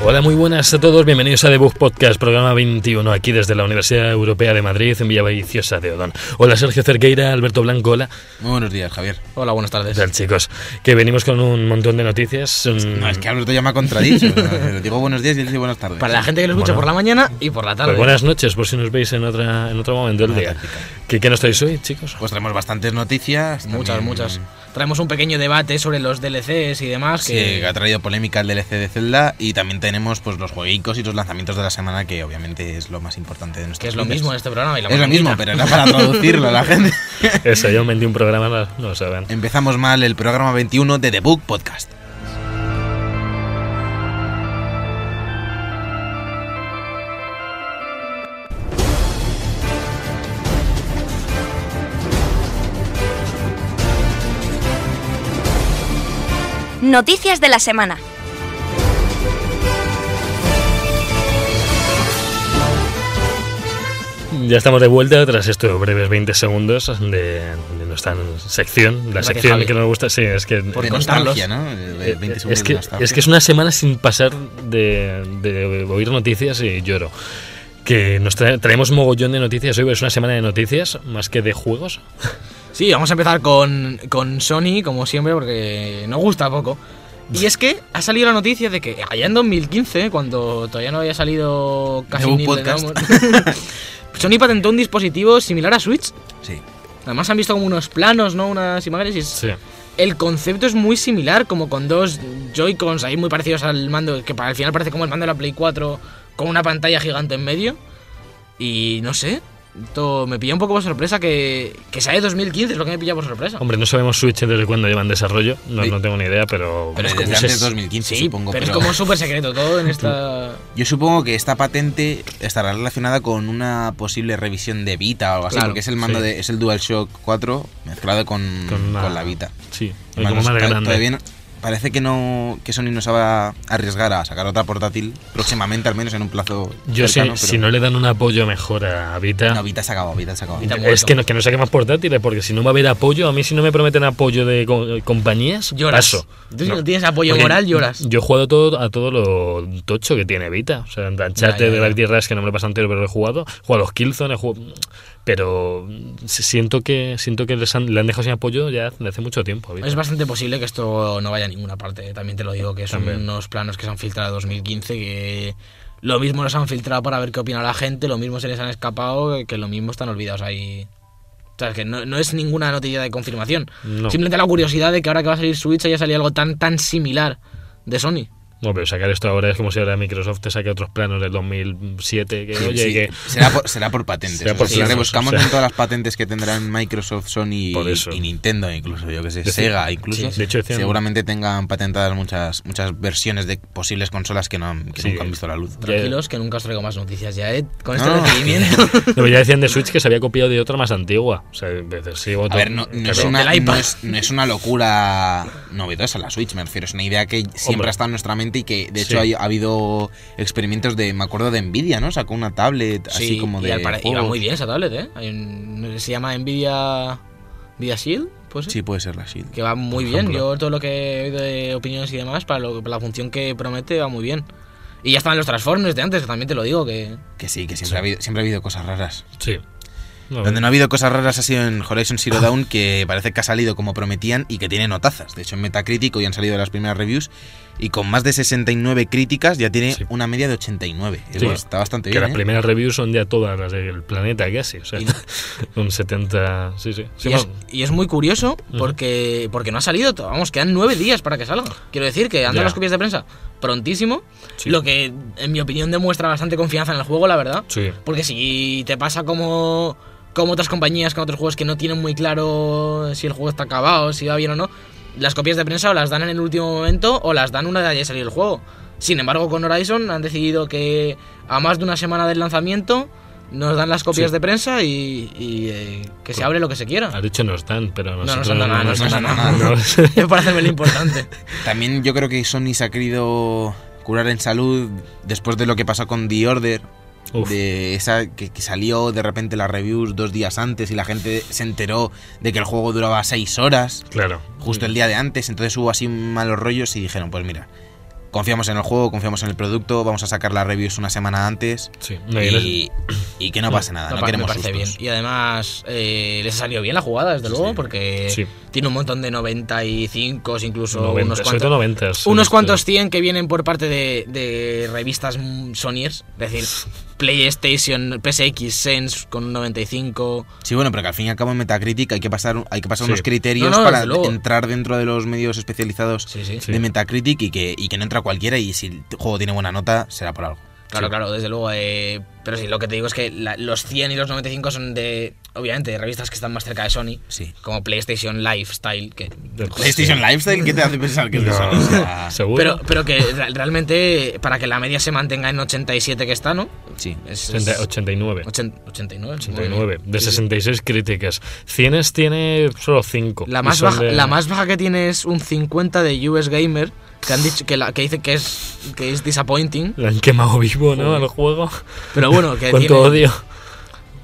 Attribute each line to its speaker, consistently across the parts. Speaker 1: Hola, muy buenas a todos. Bienvenidos a Debug Podcast, programa 21, aquí desde la Universidad Europea de Madrid, en Villaviciosa de Odón. Hola, Sergio Cerqueira, Alberto Blanco, hola.
Speaker 2: Muy buenos días, Javier. Hola, buenas
Speaker 1: ¿Qué
Speaker 2: tardes.
Speaker 1: tal, chicos? Que venimos con un montón de noticias. mm,
Speaker 2: No, es que Alberto ya me ha contradicho. O sea, le digo buenos días y él dice buenas tardes.
Speaker 3: Para la gente que lo escucha
Speaker 1: Bueno.
Speaker 3: por la mañana y por la tarde.
Speaker 1: pues
Speaker 2: ¿eh?
Speaker 1: buenas noches, por si nos veis en, otra, en otro momento del día. ¿Qué, qué nos traéis hoy, chicos?
Speaker 2: Pues tenemos bastantes noticias.
Speaker 3: muchas,
Speaker 2: también,
Speaker 3: muchas. Traemos un pequeño debate sobre los DLCs y demás
Speaker 2: Sí,
Speaker 3: que
Speaker 2: que ha traído polémica el DLC de Zelda y también tenemos pues los jueguitos y los lanzamientos de la semana que obviamente es lo más importante de nuestro
Speaker 3: que es lo mismo en este programa y la
Speaker 2: Es lo
Speaker 3: mañanita.
Speaker 2: mismo, pero era para traducirlo a la gente.
Speaker 1: Eso, yo vendí un programa, no- no lo saben.
Speaker 2: Empezamos mal el programa 21 de The Book Podcast.
Speaker 4: Noticias de la semana.
Speaker 1: Ya estamos de vuelta tras estos breves 20 segundos de, de nuestra sección, la
Speaker 3: Gracias,
Speaker 1: sección
Speaker 3: Javi.
Speaker 1: que nos gusta. Sí, es que.
Speaker 3: Por
Speaker 2: de
Speaker 3: contarlos.
Speaker 2: nostalgia, ¿no? De
Speaker 1: Eh,
Speaker 2: 20 segundos
Speaker 1: es,
Speaker 2: de
Speaker 1: que,
Speaker 2: nostalgia.
Speaker 1: es que es una semana sin pasar de, de oír noticias y lloro. Que nos trae- traemos mogollón de noticias hoy, pero es una semana de noticias más que de juegos.
Speaker 3: Sí, vamos a empezar con, con Sony, como siempre, porque nos gusta poco. Y es que ha salido la noticia de que allá en 2015, cuando todavía no había salido casi
Speaker 2: Debut
Speaker 3: ni
Speaker 2: podcast.
Speaker 3: Sony patentó un dispositivo similar a Switch.
Speaker 2: Sí.
Speaker 3: Además han visto como unos planos, ¿no? Unas imágenes y es-
Speaker 1: Sí.
Speaker 3: El concepto es muy similar, como con dos Joy-Cons ahí muy parecidos al mando, que para el final parece como el mando de la Play 4 con una pantalla gigante en medio. Y no sé, to- me pilla un poco por sorpresa que, que sale 2015, es lo que me pilla por sorpresa.
Speaker 1: Hombre, no sabemos Switch desde cuándo llevan desarrollo, no,
Speaker 2: Sí.
Speaker 1: no tengo ni idea, pero.
Speaker 2: Pero
Speaker 1: vamos,
Speaker 2: desde
Speaker 1: como
Speaker 2: antes
Speaker 1: es-
Speaker 2: de 2015,
Speaker 3: sí,
Speaker 2: supongo.
Speaker 3: pero, es como súper secreto todo en esta...
Speaker 2: Yo supongo que esta patente estará relacionada con una posible revisión de Vita o algo así,
Speaker 3: Claro,
Speaker 2: porque es el mando
Speaker 1: sí.
Speaker 2: de, es el DualShock 4 mezclado con,
Speaker 1: Con
Speaker 2: con,
Speaker 1: una-
Speaker 2: la Vita.
Speaker 1: Sí,
Speaker 2: Además,
Speaker 1: como más
Speaker 2: to-
Speaker 1: grande.
Speaker 2: todavía no- parece que no que Sony no se va a arriesgar a sacar otra portátil próximamente, al menos en un plazo
Speaker 1: Yo, si,
Speaker 2: cercano,
Speaker 1: si
Speaker 2: pero-
Speaker 1: no le dan un apoyo mejor a Vita.
Speaker 2: No, Vita se acabó, Vita se acabó.
Speaker 3: Vita-
Speaker 1: Es que no, que no saque más portátiles, porque si no va a haber apoyo, a mí si no me prometen apoyo de co- compañías,
Speaker 3: Lloras.
Speaker 1: paso.
Speaker 3: Tú si
Speaker 1: No.
Speaker 3: no tienes apoyo
Speaker 1: Porque
Speaker 3: moral, lloras.
Speaker 1: Yo he jugado todo, a todo lo tocho que tiene Vita. O sea, en
Speaker 3: Ya,
Speaker 1: Uncharted,
Speaker 3: ya, ya.
Speaker 1: Gravity Rush, que no me lo he pasado entero, pero lo he jugado. He jugado a los Killzone, he jugado... Pero si- siento que siento que les han, le han dejado sin apoyo ya desde hace mucho tiempo. a Vita.
Speaker 3: Es bastante posible que esto no vaya a ninguna parte. eh. También te lo digo, que son
Speaker 1: También.
Speaker 3: unos planos que se han filtrado en 2015 que lo mismo los han filtrado para ver qué opina la gente, lo mismo se les han escapado, que lo mismo están olvidados ahí. O sea, es que no, no es ninguna noticia de confirmación.
Speaker 1: No.
Speaker 3: Simplemente la curiosidad de que ahora que va a salir Switch haya salido algo tan, tan similar de Sony.
Speaker 1: Bueno, pero sacar esto ahora es como si ahora Microsoft te saque otros planos del 2007. Que,
Speaker 2: Sí,
Speaker 1: oye,
Speaker 2: sí,
Speaker 1: que...
Speaker 2: será, por, será por patentes.
Speaker 1: Será
Speaker 2: o
Speaker 1: por
Speaker 2: sea, si
Speaker 1: planos,
Speaker 2: rebuscamos
Speaker 1: o sea.
Speaker 2: en todas las patentes que tendrán Microsoft, Sony y,
Speaker 1: Por eso.
Speaker 2: y Nintendo, incluso, yo que sé,
Speaker 1: Decía-
Speaker 2: Sega, incluso,
Speaker 1: Sí, de hecho decían-
Speaker 2: seguramente tengan patentadas muchas muchas versiones de posibles consolas que, no, han- que
Speaker 1: Sí.
Speaker 2: nunca han visto la luz.
Speaker 1: Ya-
Speaker 3: Tranquilos, que nunca os traigo más noticias ya, ¿eh? Con este
Speaker 2: No, no,
Speaker 3: recibimiento.
Speaker 1: No, pero ya decían de Switch que se había copiado de otra más antigua. O sea, de- sí,
Speaker 2: A
Speaker 1: otro-
Speaker 2: ver, no, no es
Speaker 1: pero-
Speaker 2: una,
Speaker 3: Del iPad.
Speaker 2: no, es, no es una locura novedosa la Switch, me refiero. Es una idea que siempre
Speaker 1: Hombre.
Speaker 2: ha estado en nuestra mente y que, de
Speaker 1: Sí.
Speaker 2: hecho, hay- ha habido experimentos de. Me acuerdo de Nvidia, ¿no? Sacó una tablet así como
Speaker 3: y
Speaker 2: de.
Speaker 3: al pare- y va
Speaker 2: juegos.
Speaker 3: muy bien esa tablet, ¿eh? Hay un- se llama Nvidia, Nvidia Shield, pues
Speaker 2: Sí, puede ser la Shield.
Speaker 3: que va muy
Speaker 1: Por
Speaker 3: bien.
Speaker 1: ejemplo.
Speaker 3: Yo todo lo que he oído de opiniones y demás, para, lo- para la función que promete, va muy bien. Y ya están los Transformers de antes, que también te lo digo, que...
Speaker 2: Que sí, que siempre, Ha habido, siempre ha habido cosas raras.
Speaker 1: Sí. No,
Speaker 2: Donde no ha habido cosas raras ha sido en Horizon Zero Dawn, que parece que ha salido como prometían y que tiene notazas. De hecho, en Metacritic hoy han salido las primeras reviews y con más de 69 críticas ya tiene
Speaker 1: Sí.
Speaker 2: una media de 89.
Speaker 1: Sí.
Speaker 2: Eso está bastante
Speaker 1: Que
Speaker 2: bien.
Speaker 1: las
Speaker 2: ¿eh?
Speaker 1: primeras reviews son ya todas las del planeta casi, o sea, un 70, sí, sí. Sí,
Speaker 3: y, es,
Speaker 1: bueno,
Speaker 3: y es muy curioso
Speaker 1: Ujú.
Speaker 3: porque, porque no ha salido, to- vamos, quedan nueve días para que salga. Quiero decir que andan
Speaker 1: Ya.
Speaker 3: las copias de prensa prontísimo,
Speaker 1: Sí.
Speaker 3: lo que en mi opinión demuestra bastante confianza en el juego, la verdad.
Speaker 1: sí.
Speaker 3: Porque si te pasa como, como otras compañías con otros juegos que no tienen muy claro si el juego está acabado, si va bien o no, las copias de prensa o las dan en el último momento o las dan una de haya salido el juego. Sin embargo, con Horizon han decidido que a más de una semana del lanzamiento Nos dan las copias
Speaker 1: Sí. Pues
Speaker 3: de prensa y, y, eh, que se abre lo que se quiera.
Speaker 1: Has dicho Ah, nos dan, pero
Speaker 3: nos
Speaker 1: nosotros
Speaker 3: han dado nada,
Speaker 2: nos han dado
Speaker 1: no-
Speaker 2: nada.
Speaker 1: no-
Speaker 3: Es para hacerme lo importante.
Speaker 2: También yo creo que Sony se ha querido curar en salud después de lo que pasó con The Order.
Speaker 1: Uf.
Speaker 2: De esa que, que salió de repente las reviews dos días antes y la gente se enteró de que el juego duraba seis horas
Speaker 1: Claro.
Speaker 2: justo el día de antes. Entonces hubo así malos rollos y dijeron, pues mira, confiamos en el juego, confiamos en el producto, vamos a sacar las reviews una semana antes
Speaker 1: Sí. No, y en ese-
Speaker 2: y, y que no pase
Speaker 1: Ah,
Speaker 2: nada, no,
Speaker 3: pa-
Speaker 2: queremos
Speaker 3: me parece
Speaker 2: sustos.
Speaker 3: bien. Y además, eh, les ha salido bien la jugada, desde luego, porque
Speaker 1: Sí.
Speaker 3: tiene un montón de 95, incluso
Speaker 1: 90,
Speaker 3: unos
Speaker 1: sobre todo
Speaker 3: cuantos.
Speaker 1: 90.
Speaker 3: Unos cuantos 100 que vienen por parte de, de revistas mm, Sonyers, es decir, PlayStation, PSX, Sense con un 95.
Speaker 2: Sí, bueno, pero que al fin y al cabo en Metacritic hay que pasar, hay que pasar
Speaker 1: Sí.
Speaker 2: unos criterios
Speaker 3: No, no,
Speaker 2: para
Speaker 3: desde luego.
Speaker 2: entrar dentro de los medios especializados
Speaker 3: Sí, sí.
Speaker 1: Sí.
Speaker 2: de Metacritic y que, y que no entra cualquiera y si el juego tiene buena nota será por algo.
Speaker 3: Claro,
Speaker 1: Sí.
Speaker 3: claro, desde luego. eh, pero sí, lo que te digo es que la- los 100 y los 95 son de, obviamente, de revistas que están más cerca de Sony,
Speaker 2: Sí.
Speaker 3: como PlayStation Lifestyle, que pues,
Speaker 2: PlayStation Lifestyle, ¿qué te hace pensar que es de
Speaker 1: No.
Speaker 2: Sony? O sea,
Speaker 1: Seguro.
Speaker 3: Pero, pero que re- realmente para que la media se mantenga en 87 que está, ¿no?
Speaker 2: sí.
Speaker 3: Es, es
Speaker 1: 80 89.
Speaker 3: ochen- 89.
Speaker 1: 89.
Speaker 3: muy bien.
Speaker 1: De
Speaker 3: Sí, sí.
Speaker 1: 66 críticas. 100 tiene solo 5.
Speaker 3: La más, baja, la más baja que tiene es un 50 de US Gamer, que han dicho que, la, que dice que es, que es disappointing.
Speaker 1: La han quemado vivo, ¿no?
Speaker 3: Joder.
Speaker 1: Al juego.
Speaker 3: Pero bueno, que
Speaker 1: Cuánto
Speaker 3: tiene,
Speaker 1: odio.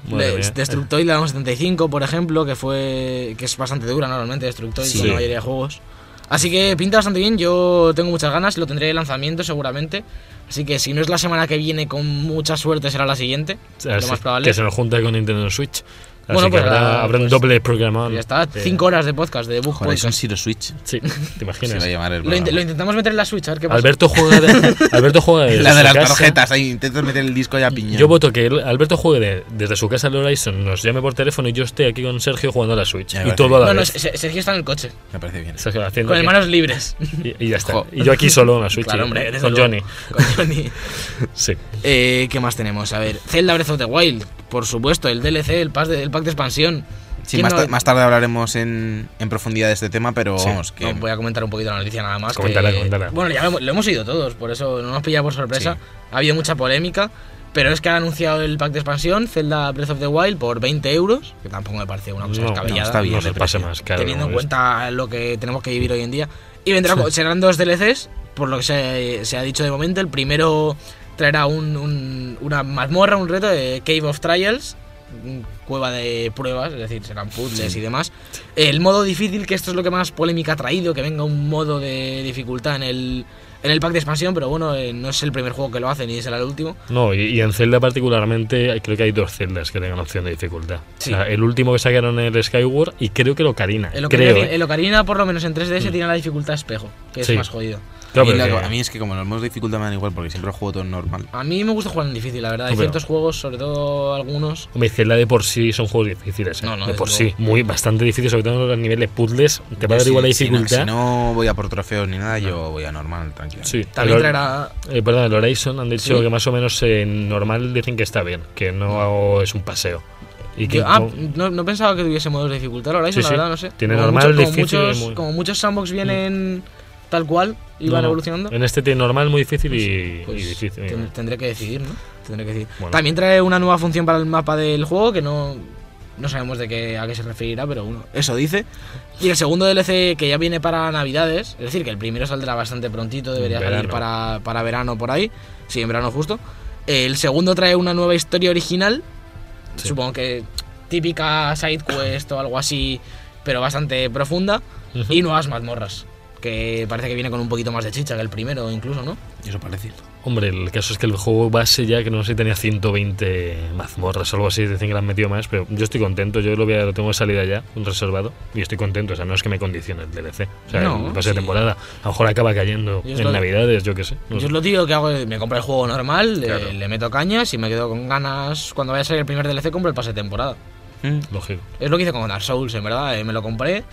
Speaker 1: Madre
Speaker 3: Le-
Speaker 1: mía.
Speaker 3: Destructoid le damos 75, por ejemplo, que fue que es bastante dura normalmente Destructoid
Speaker 2: Sí.
Speaker 3: con la mayoría de juegos. Así que pinta bastante bien, yo tengo muchas ganas, lo tendré de lanzamiento seguramente. Así que si no es la semana que viene, con mucha suerte será la siguiente.
Speaker 1: A ver
Speaker 3: lo
Speaker 1: si-
Speaker 3: más probable.
Speaker 1: Que se nos junta con Nintendo Switch. Así
Speaker 3: Bueno, pues
Speaker 1: que habrá,
Speaker 3: ahora,
Speaker 1: habrá un
Speaker 3: pues,
Speaker 1: doble programa.
Speaker 3: Ya está, 5 horas de podcast de Bug
Speaker 2: Horizon
Speaker 3: Podcast.
Speaker 2: Zero Switch.
Speaker 1: Sí, te
Speaker 2: Se
Speaker 1: imaginas.
Speaker 2: va a llamar el
Speaker 3: Lo, int-
Speaker 2: programa.
Speaker 3: lo intentamos meter en la Switch, a ver qué pasa.
Speaker 1: Alberto juega de, Alberto juega desde
Speaker 2: La
Speaker 1: eh,
Speaker 2: de
Speaker 1: su
Speaker 2: las
Speaker 1: casa.
Speaker 2: tarjetas, ahí intentas meter el disco ya piñón.
Speaker 1: Yo voto que el- Alberto juegue de- desde su casa al Horizon, nos llame por teléfono y yo esté aquí con Sergio jugando a la Switch.
Speaker 2: Ya,
Speaker 1: y
Speaker 2: vale.
Speaker 1: todo a la
Speaker 3: no, no,
Speaker 1: vez.
Speaker 3: Se- Sergio está en el coche,
Speaker 2: Me parece bien.
Speaker 1: Sergio haciendo
Speaker 3: con
Speaker 1: aquí-
Speaker 3: manos libres.
Speaker 1: y, y ya está.
Speaker 2: Jo.
Speaker 1: Y yo aquí solo en la Switch.
Speaker 3: Claro,
Speaker 1: y-
Speaker 3: hombre, desde
Speaker 1: con
Speaker 3: luego.
Speaker 1: Johnny.
Speaker 3: Con Johnny.
Speaker 1: Sí.
Speaker 3: Eh, ¿Qué más tenemos? A ver, Zelda Breath of the Wild, por supuesto, el DLC, el, pas de- el pack de expansión.
Speaker 2: Sí,
Speaker 3: ¿Quién
Speaker 2: más,
Speaker 3: no-
Speaker 2: ta- más tarde hablaremos en, en profundidad de este tema, pero
Speaker 1: Sí.
Speaker 2: vamos, que
Speaker 3: no, voy a comentar un poquito la noticia nada más. que-
Speaker 1: Coméntala, coméntala.
Speaker 3: Bueno, ya lo, hemos- lo hemos oído todos, por eso no nos pilla por sorpresa.
Speaker 2: Sí.
Speaker 3: Ha habido mucha polémica, pero es que ha anunciado el pack de expansión, Zelda Breath of the Wild, por 20 euros, que tampoco me parece una cosa
Speaker 1: No,
Speaker 3: descabellada.
Speaker 2: no, está bien
Speaker 1: no se
Speaker 2: de
Speaker 1: pase
Speaker 2: precio.
Speaker 1: más, claro.
Speaker 3: teniendo en
Speaker 1: como es.
Speaker 3: cuenta lo que tenemos que vivir hoy en día. Y vendrá, con- serán dos DLCs, por lo que se, se ha dicho de momento. El primero traerá un- un- una mazmorra, un reto de Cave of Trials, un cueva de pruebas, es decir, serán puzzles y demás. El modo difícil, que esto es lo que más polémica ha traído, que venga un modo de dificultad en el, en el pack de expansión, pero bueno, eh, no es el primer juego que lo hace ni será el último.
Speaker 1: No, y, y en Zelda particularmente hay- creo que hay dos celdas que tengan opción de dificultad.
Speaker 3: Sí.
Speaker 1: O sea, el último que sacaron el Skyward y creo que lo Karina.
Speaker 3: El Ocarina,
Speaker 1: creo. ¿eh? Mm.
Speaker 3: el Ocarina, por lo menos en 3DS, tiene la dificultad espejo, que
Speaker 1: Sí.
Speaker 3: es más jodido.
Speaker 2: a,
Speaker 1: Claro,
Speaker 2: mí
Speaker 1: pero
Speaker 2: la-
Speaker 1: que-
Speaker 2: a mí es que como los modos de dificultad me dan igual porque siempre juego todo en normal.
Speaker 3: A mí me gusta jugar en difícil, la verdad. Hay
Speaker 1: Hombre.
Speaker 3: ciertos juegos, sobre todo algunos.
Speaker 1: Hombre, Zelda de por sí son juegos difíciles. ¿eh?
Speaker 3: No, no,
Speaker 1: de
Speaker 3: desde
Speaker 1: por sí.
Speaker 3: luego.
Speaker 1: Muy bastante difícil, sobre todo en los niveles puzzles. Te va a dar
Speaker 2: Yo
Speaker 1: igual la
Speaker 2: si- si no-
Speaker 1: dificultad. Ah.
Speaker 2: Si no, voy a por trofeos ni nada, yo voy a normal, tranquilo.
Speaker 1: Sí.
Speaker 3: También
Speaker 1: El-
Speaker 3: traerá.
Speaker 1: Eh, perdón, el Horizon han dicho
Speaker 3: Sí.
Speaker 1: que más o menos eh, normal dicen que está bien, que no hago- es un paseo. Y que
Speaker 3: Yo- ah,
Speaker 1: no-
Speaker 3: no, no pensaba que tuviese modos de dificultad, ahora
Speaker 1: Sí,
Speaker 3: la
Speaker 1: sí.
Speaker 3: verdad, no sé.
Speaker 1: Tiene normal,
Speaker 3: muchos,
Speaker 1: difícil y
Speaker 3: Como muchos,
Speaker 1: muy- Mm.
Speaker 3: como muchos sandbox vienen tal cual y
Speaker 1: no,
Speaker 3: van
Speaker 1: no.
Speaker 3: evolucionando.
Speaker 1: En este tiene normal, muy difícil y,
Speaker 3: Pues
Speaker 1: y difícil. eh,
Speaker 3: ten- tendré que decidir, ¿no? Tendré que decidir.
Speaker 1: Bueno.
Speaker 3: También trae una nueva función para el mapa del juego que no, no sabemos de qué, a qué se referirá, pero bueno, eso dice. Y el segundo DLC que ya viene para Navidades, es decir, que el primero saldrá bastante prontito, debería salir
Speaker 1: Verano.
Speaker 3: para, para verano por ahí, sí, en verano justo. El segundo trae una nueva historia original,
Speaker 1: Sí.
Speaker 3: supongo que típica side quest o algo así, pero bastante profunda,
Speaker 1: Ujú.
Speaker 3: y nuevas mazmorras. Que parece que viene con un poquito más de chicha que el primero, incluso, ¿no?
Speaker 2: Eso parece.
Speaker 1: Hombre, el caso es que el juego base ya, que no sé si tenía 120 mazmorras o algo así, dicen que le han metido más, pero yo estoy contento, yo lo, voy a- lo tengo de salida ya, un reservado, y estoy contento, o sea, no es que me condicione el DLC, o sea,
Speaker 3: No,
Speaker 1: el pase de
Speaker 3: sí.
Speaker 1: temporada, a lo mejor acaba cayendo
Speaker 3: Yo es
Speaker 1: en
Speaker 3: lo-
Speaker 1: Navidades, yo qué sé. no
Speaker 3: Yo
Speaker 1: sé.
Speaker 3: es lo tío que hago, es me compro el juego normal, le-
Speaker 1: Claro.
Speaker 3: le, meto cañas y me quedo con ganas. Cuando vaya a salir el primer DLC, compro el pase de temporada.
Speaker 2: Mm.
Speaker 1: Lógico.
Speaker 3: Es lo que hice con Dark Souls, en verdad. eh, me lo compré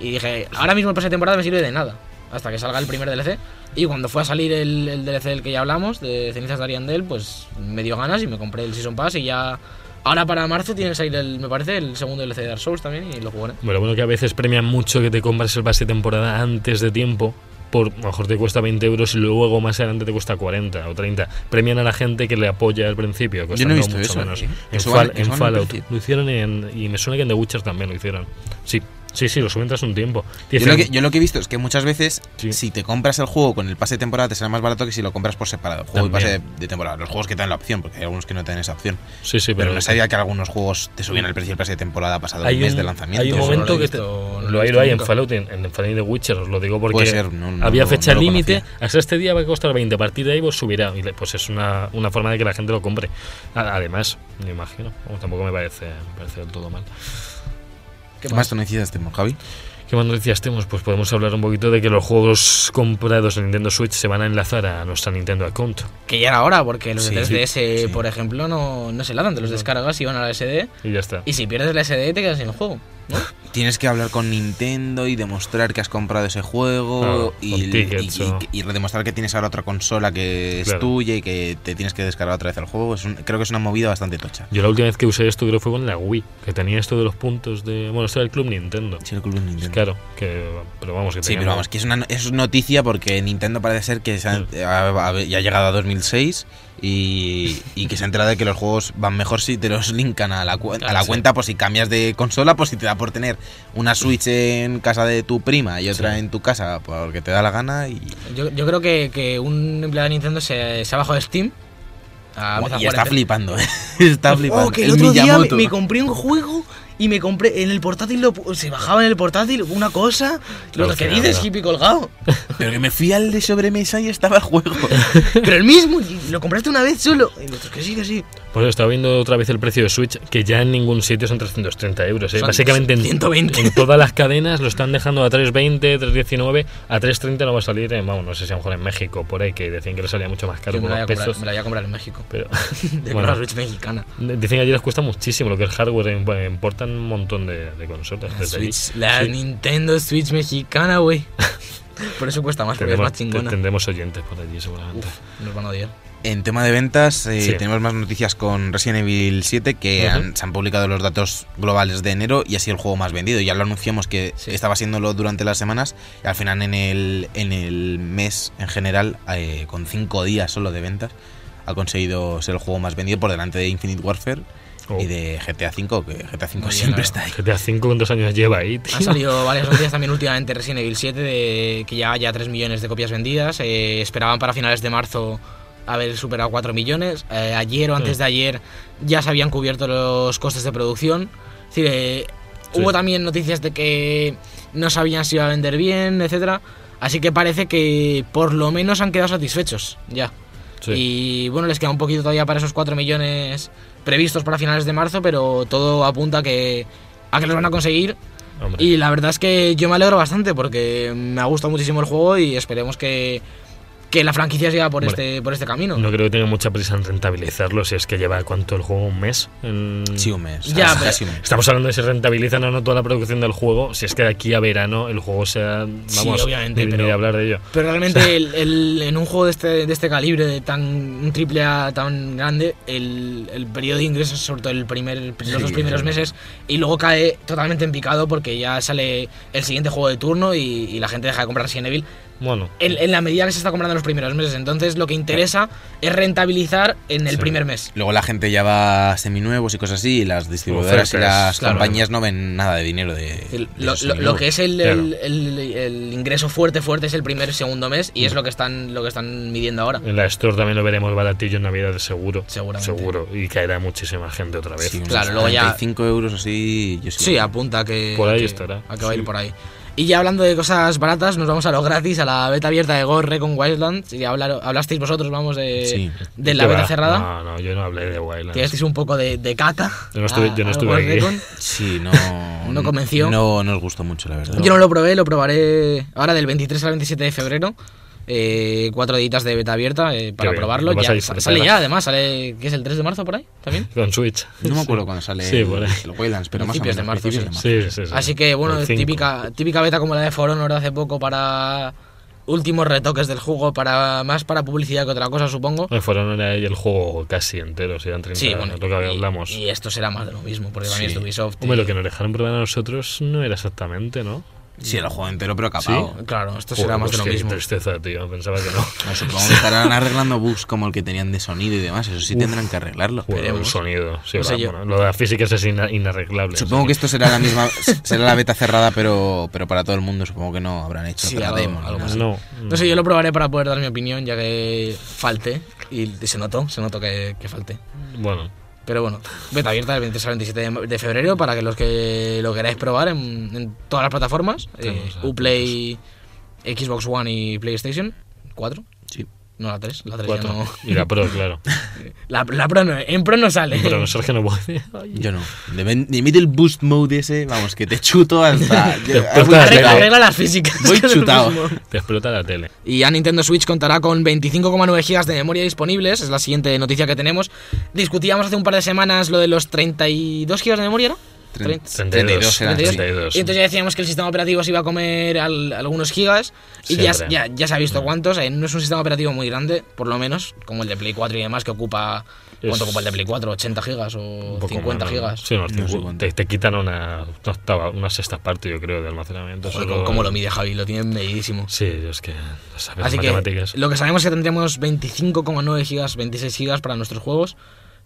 Speaker 3: y dije, ahora mismo el pase de temporada me sirve de nada. Hasta que salga el primer DLC. Y cuando fue a salir el, el DLC del que ya hablamos, de Cenizas de Ariandel, pues me dio ganas y me compré el Season Pass y ya... Ahora para marzo tiene que salir, el, me parece, el segundo DLC de Dark Souls también y lo jugaré.
Speaker 1: Bueno, bueno que a veces premian mucho que te compras el pase de temporada antes de tiempo por a lo mejor te cuesta 20 euros y luego más adelante te cuesta 40 o 30. Premian a la gente que le apoya al principio, cosa
Speaker 2: Yo no he
Speaker 1: no
Speaker 2: visto
Speaker 1: mucho
Speaker 2: eso,
Speaker 1: menos.
Speaker 2: ¿eh? Que
Speaker 1: En,
Speaker 2: suban-
Speaker 1: Fall-
Speaker 2: que
Speaker 1: en
Speaker 2: suban el
Speaker 1: Fallout
Speaker 2: precio.
Speaker 1: lo hicieron en- y me suena que en The Witcher también lo hicieron. Sí, sí, sí, lo suben tras un tiempo.
Speaker 2: Yo lo,
Speaker 1: Dicen-
Speaker 2: que, yo lo que he visto es que muchas veces,
Speaker 1: Sí.
Speaker 2: si te compras el juego con el pase de temporada, te sale más barato que si lo compras por separado. El juego y pase
Speaker 1: También.
Speaker 2: de, de temporada. Los juegos que te dan la opción, porque hay algunos que no te dan esa opción.
Speaker 1: sí, sí,
Speaker 2: Pero
Speaker 1: pero,
Speaker 2: no sabía que algunos juegos te subían el precio del pase de temporada pasado
Speaker 1: Hay
Speaker 2: un mes
Speaker 1: un-
Speaker 2: de lanzamiento.
Speaker 1: hay un
Speaker 2: Eso no lo
Speaker 1: momento
Speaker 2: he
Speaker 1: que
Speaker 2: visto.
Speaker 1: te-
Speaker 3: visto, no
Speaker 1: lo
Speaker 3: he
Speaker 1: hay,
Speaker 3: visto
Speaker 1: lo hay en
Speaker 3: nunca.
Speaker 1: Fallout, en, en Fallout de Witcher, os lo digo porque
Speaker 2: Puede ser, no- no-
Speaker 1: había
Speaker 2: no-
Speaker 1: fecha
Speaker 2: no lo
Speaker 1: límite,
Speaker 2: conocía.
Speaker 1: hasta este día va a costar 20, a partir de ahí pues subirá, y le- pues es una, una forma de que la gente lo compre. A- Además, me imagino, Vamos, tampoco me parece, me parece del todo mal.
Speaker 2: ¿Qué más tonicidas tenemos, Javi?
Speaker 1: ¿Qué más noticias tenemos? Pues podemos hablar un poquito de que los juegos comprados en Nintendo Switch se van a enlazar a nuestra Nintendo Account.
Speaker 3: Que ya era hora, porque los
Speaker 2: Sí,
Speaker 3: de
Speaker 2: sí,
Speaker 3: 3DS,
Speaker 2: sí.
Speaker 3: por ejemplo, no, no se ladan, te los descargas y van a la SD.
Speaker 1: Y ya está.
Speaker 3: Y si pierdes la SD, te quedas sin el juego. ¿no?
Speaker 2: Tienes que hablar con Nintendo y demostrar que has comprado ese juego
Speaker 1: Ah, con
Speaker 2: y,
Speaker 1: tickets,
Speaker 2: y- y-
Speaker 1: o-
Speaker 2: y demostrar que tienes ahora otra consola que es
Speaker 1: Claro.
Speaker 2: tuya y que te tienes que descargar otra vez el juego. Es un- creo que es una movida bastante tocha.
Speaker 1: Yo la última vez que usé esto creo que fue con la Wii, que tenía esto de los puntos de... Bueno, esto era el Club Nintendo.
Speaker 2: Sí, el club de Nintendo.
Speaker 1: Claro, que, pero vamos, que
Speaker 2: Sí, pero
Speaker 1: teníamos-
Speaker 2: vamos, que es, una, es noticia porque Nintendo parece ser que se ha-
Speaker 1: Mm.
Speaker 2: ha- ha- ya ha llegado a 2006 y, y que se ha enterado de que los juegos van mejor si te los linkan a la, cuen- a
Speaker 1: Ah,
Speaker 2: la
Speaker 1: sí.
Speaker 2: cuenta, pues si cambias de consola, pues si te da por tener una Switch en casa de tu prima y otra
Speaker 1: Sí.
Speaker 2: en tu casa porque te da la gana y,
Speaker 3: Yo, yo creo que, que un empleado de Nintendo se, se ha bajado de Steam. A
Speaker 2: Buah,
Speaker 3: empezar a
Speaker 2: y está
Speaker 3: jugar en-
Speaker 2: flipando, ¿eh? está flipando.
Speaker 3: Oh, que el,
Speaker 2: El
Speaker 3: otro día
Speaker 2: Miyamoto.
Speaker 3: me, me compré un juego y me compré en el portátil, lo pu- se bajaba en el portátil una cosa.
Speaker 1: Claro,
Speaker 3: lo que
Speaker 1: claro.
Speaker 3: dices, hippie colgado.
Speaker 2: Pero que me fui al de sobremesa y estaba el juego.
Speaker 3: Pero el mismo, y lo compraste una vez solo. Y el otro, que sí, que sí.
Speaker 1: Pues estaba viendo otra vez el precio de Switch, que ya en ningún sitio son 330 euros. ¿eh?
Speaker 3: Son
Speaker 1: Básicamente en,
Speaker 3: 120.
Speaker 1: en todas las cadenas lo están dejando a 320, 319, a 330 no va a salir, eh, vamos, no sé si a lo mejor en México, por ahí, que decían que le salía mucho más caro
Speaker 3: Yo me
Speaker 1: por
Speaker 3: la, voy
Speaker 1: los
Speaker 3: a comprar,
Speaker 1: pesos.
Speaker 3: me la voy a comprar en México.
Speaker 1: Pero
Speaker 3: De
Speaker 1: Bueno.
Speaker 3: la Switch mexicana.
Speaker 1: dicen que allí les cuesta muchísimo lo que el hardware, em- bueno, importan un montón de, de consolas
Speaker 3: La,
Speaker 1: desde allí.
Speaker 3: Switch- la
Speaker 1: Sí.
Speaker 3: Nintendo Switch mexicana, güey. Por eso cuesta más, porque es
Speaker 1: Tendremos,
Speaker 3: más chingona.
Speaker 1: tendremos oyentes por allí seguramente.
Speaker 3: Uf, nos van a odiar.
Speaker 2: En tema de ventas, eh,
Speaker 1: Sí.
Speaker 2: tenemos más noticias con Resident Evil 7 que
Speaker 1: Ujú.
Speaker 2: han- se han publicado los datos globales de enero y ha sido el juego más vendido. Ya lo anunciamos que
Speaker 3: Sí.
Speaker 2: estaba haciéndolo durante las semanas y al final en el, en el mes en general, eh, con 5 días solo de ventas, ha conseguido ser el juego más vendido por delante de Infinite Warfare
Speaker 1: Oh.
Speaker 2: y de GTA V, que GTA V
Speaker 3: Muy bien,
Speaker 2: siempre
Speaker 3: la
Speaker 2: está ahí.
Speaker 1: GTA V, ¿cuántos años lleva ahí, tío?
Speaker 3: Han salido varias noticias también últimamente Resident Evil 7, de que ya haya 3 millones de copias vendidas. eh, esperaban para finales de marzo haber superado 4 millones. eh, ayer o antes
Speaker 1: Mm.
Speaker 3: de ayer ya se habían cubierto los costes de producción. Es decir, eh,
Speaker 1: Sí.
Speaker 3: hubo también noticias de que no sabían si iba a vender bien, etcétera. Así que parece que por lo menos han quedado satisfechos ya.
Speaker 1: Sí.
Speaker 3: Y bueno, les queda un poquito todavía para esos 4 millones previstos para finales de marzo, pero todo apunta a que, a que los van a conseguir.
Speaker 1: Hombre.
Speaker 3: Y la verdad es que yo me alegro bastante porque me ha gustado muchísimo el juego y esperemos que, que la franquicia siga por,
Speaker 1: Hombre,
Speaker 3: este, por este camino.
Speaker 1: No creo que tenga mucha prisa en rentabilizarlo, si es que lleva cuánto el juego, un mes. En-
Speaker 2: Sí, un mes.
Speaker 3: Mm. Ya,
Speaker 2: Ah,
Speaker 3: pero-
Speaker 2: sí, un mes.
Speaker 1: Estamos hablando de si rentabilizan o no toda la producción del juego, si es que de aquí a verano el juego sea...
Speaker 3: Sí,
Speaker 1: Vamos,
Speaker 3: obviamente,
Speaker 1: ni, ni
Speaker 3: pero-
Speaker 1: de hablar de ello.
Speaker 3: Pero realmente el- el- en un juego de este, de este calibre, de tan, un triple A tan grande, el, el periodo de ingresos, sobre todo el primer, los dos
Speaker 2: Sí,
Speaker 3: primeros
Speaker 2: sí.
Speaker 3: meses, y luego cae totalmente en picado porque ya sale el siguiente juego de turno y, y la gente deja de comprar Resident Evil
Speaker 1: Bueno,
Speaker 3: en, en la medida que se está comprando en los primeros meses. Entonces lo que interesa es rentabilizar en el
Speaker 1: Sí.
Speaker 3: primer mes.
Speaker 2: Luego la gente ya va a seminuevos y cosas así, y las distribuidoras y
Speaker 1: Ofertas,
Speaker 2: las
Speaker 1: claro.
Speaker 2: compañías no ven nada de dinero de.
Speaker 3: Es decir,
Speaker 2: de
Speaker 3: Lo,
Speaker 2: esos
Speaker 3: lo- lo
Speaker 2: seminuevos.
Speaker 3: que es el,
Speaker 1: Claro.
Speaker 3: el- el- el ingreso fuerte, fuerte es el primer y segundo mes y
Speaker 1: Mm.
Speaker 3: es lo que están, lo que están midiendo ahora.
Speaker 1: en la Store también lo veremos baratillo en Navidad, seguro.
Speaker 3: Seguramente.
Speaker 1: Seguro. Y caerá muchísima gente otra vez.
Speaker 2: Sí, unos
Speaker 3: Claro, luego ya-
Speaker 2: 35 euros así. Yo sí.
Speaker 3: Sí, apunta que.
Speaker 1: Por ahí
Speaker 3: que-
Speaker 1: estará.
Speaker 3: A que va a ir
Speaker 1: Sí.
Speaker 3: por ahí. Y ya hablando de cosas baratas, nos vamos a lo gratis, a la beta abierta de Gore con Wildlands. Y ya hablar- hablasteis vosotros, vamos, de,
Speaker 2: Sí.
Speaker 3: de la
Speaker 1: ¿Qué
Speaker 3: beta
Speaker 1: va?
Speaker 3: cerrada.
Speaker 1: No, no, yo no hablé de Wildlands.
Speaker 3: Tirasteis un poco de, de caca.
Speaker 1: Yo no estuve- yo
Speaker 3: a-
Speaker 1: no
Speaker 3: a
Speaker 1: estuve ¿eh?
Speaker 3: Ghost
Speaker 1: aquí.
Speaker 3: Recon.
Speaker 2: Sí, no.
Speaker 3: No convenció.
Speaker 2: No nos gustó mucho, la verdad.
Speaker 3: Yo no lo probé, lo probaré ahora del 23 al 27 de febrero. Eh, cuatro deditas de beta abierta eh, para
Speaker 1: bien,
Speaker 3: probarlo.
Speaker 1: lo vas
Speaker 3: Ya-
Speaker 1: a disfrutar.
Speaker 3: sale ya, además, sale que es el 3 de marzo por ahí también.
Speaker 1: Con Switch.
Speaker 2: No me acuerdo cuándo sale
Speaker 1: Sí,
Speaker 2: el,
Speaker 1: por ahí.
Speaker 2: el Wildlands, pero más o
Speaker 3: Principios
Speaker 2: menos.
Speaker 3: de marzo,
Speaker 2: principios
Speaker 3: sí.
Speaker 2: de marzo.
Speaker 1: Sí, sí, sí.
Speaker 3: Así que bueno,
Speaker 1: El cinco.
Speaker 3: típica, típica beta como la de For Honor hace poco para últimos retoques del juego, para más para publicidad que otra cosa, supongo.
Speaker 1: Me fueron era ahí el juego casi entero, si eran 30
Speaker 3: Sí, bueno,
Speaker 1: lo que
Speaker 3: y- este-
Speaker 1: hablamos.
Speaker 3: Y, esto será más de lo mismo, porque también
Speaker 2: Sí.
Speaker 3: es de Ubisoft.
Speaker 1: Hombre,
Speaker 3: y-
Speaker 1: lo que nos dejaron probar a nosotros no era exactamente, ¿no?
Speaker 2: Sí, el juego entero, pero capado.
Speaker 3: Claro, esto
Speaker 1: Joder,
Speaker 3: será más de
Speaker 1: pues
Speaker 3: lo
Speaker 1: qué
Speaker 3: mismo.
Speaker 1: tristeza, tío. Pensaba que no.
Speaker 2: No, Supongo que estarán arreglando bugs como el que tenían de sonido y demás. Eso sí
Speaker 1: Uf.
Speaker 2: tendrán que arreglarlo.
Speaker 1: Joder, el
Speaker 3: Veremos.
Speaker 1: sonido. Sí,
Speaker 3: No sé
Speaker 1: verdad,
Speaker 3: yo.
Speaker 1: bueno, lo de las físicas es ina- inarreglable.
Speaker 2: Supongo
Speaker 1: así
Speaker 2: que esto será la misma, será la beta cerrada, pero, pero para todo el mundo. Supongo que no habrán hecho
Speaker 3: Sí,
Speaker 2: otra
Speaker 3: algo-
Speaker 2: demo ni
Speaker 3: algo
Speaker 2: nada.
Speaker 3: así.
Speaker 1: No,
Speaker 3: No sé, yo lo probaré para poder dar mi opinión, ya que falté. Y se notó, se notó que, que falté.
Speaker 1: Mm, Bueno,
Speaker 3: Pero bueno, beta abierta del 23 al 27 de- de febrero para que los que lo queráis probar en, en todas las plataformas: eh,
Speaker 1: Tenemos a
Speaker 3: Uplay,
Speaker 1: pues-
Speaker 3: Xbox One y PlayStation 4.
Speaker 2: Sí.
Speaker 3: No la 3, la 3 ya
Speaker 1: cuatro.
Speaker 3: no.
Speaker 1: Y la pro, claro.
Speaker 3: La, la Pro no, en Pro no sale.
Speaker 1: Pero no Sergio no puede.
Speaker 2: Yo no. De, ven- de mí del boost mode ese, vamos, que te chuto hasta. yo-
Speaker 1: Te
Speaker 2: ah, voy
Speaker 3: Arregla,
Speaker 1: explotas, Pero-
Speaker 2: chutao.
Speaker 3: arregla las físicas.
Speaker 2: Voy
Speaker 3: que es lo
Speaker 2: chutao.
Speaker 3: mismo.
Speaker 1: Te explota la tele.
Speaker 3: Y ya Nintendo Switch contará con 25,9 GB de memoria disponibles. Es la siguiente noticia que tenemos. Discutíamos hace un par de semanas lo de los 32 GB de memoria, ¿no?
Speaker 2: Tre-
Speaker 1: 32,
Speaker 2: 32 eran, sí.
Speaker 1: 32.
Speaker 3: Y entonces ya decíamos que el sistema operativo se iba a comer al- algunos gigas. Y ya,
Speaker 1: Siempre.
Speaker 3: ya, ya se ha visto cuántos. Eh, no es un sistema operativo muy grande, por lo menos, como el de Play 4 y demás, que ocupa. ¿Cuánto
Speaker 1: Es-
Speaker 3: ocupa el de Play 4? ¿80 gigas o
Speaker 1: Un poco
Speaker 3: 50
Speaker 1: más, ¿no?
Speaker 3: gigas?
Speaker 1: Sí, unos
Speaker 2: No sé
Speaker 1: 50.
Speaker 2: cuánto.
Speaker 1: te, te quitan una, una, octava- una sexta parte, yo creo, de almacenamiento.
Speaker 3: Joder,
Speaker 1: solo-
Speaker 3: ¿cómo- ¿Cómo lo mide Javi? Lo tiene medidísimo.
Speaker 1: Sí, es que no sabes
Speaker 3: Así que
Speaker 1: matemáticas.
Speaker 3: lo que sabemos es que tendremos 25,9 gigas, 26 gigas para nuestros juegos.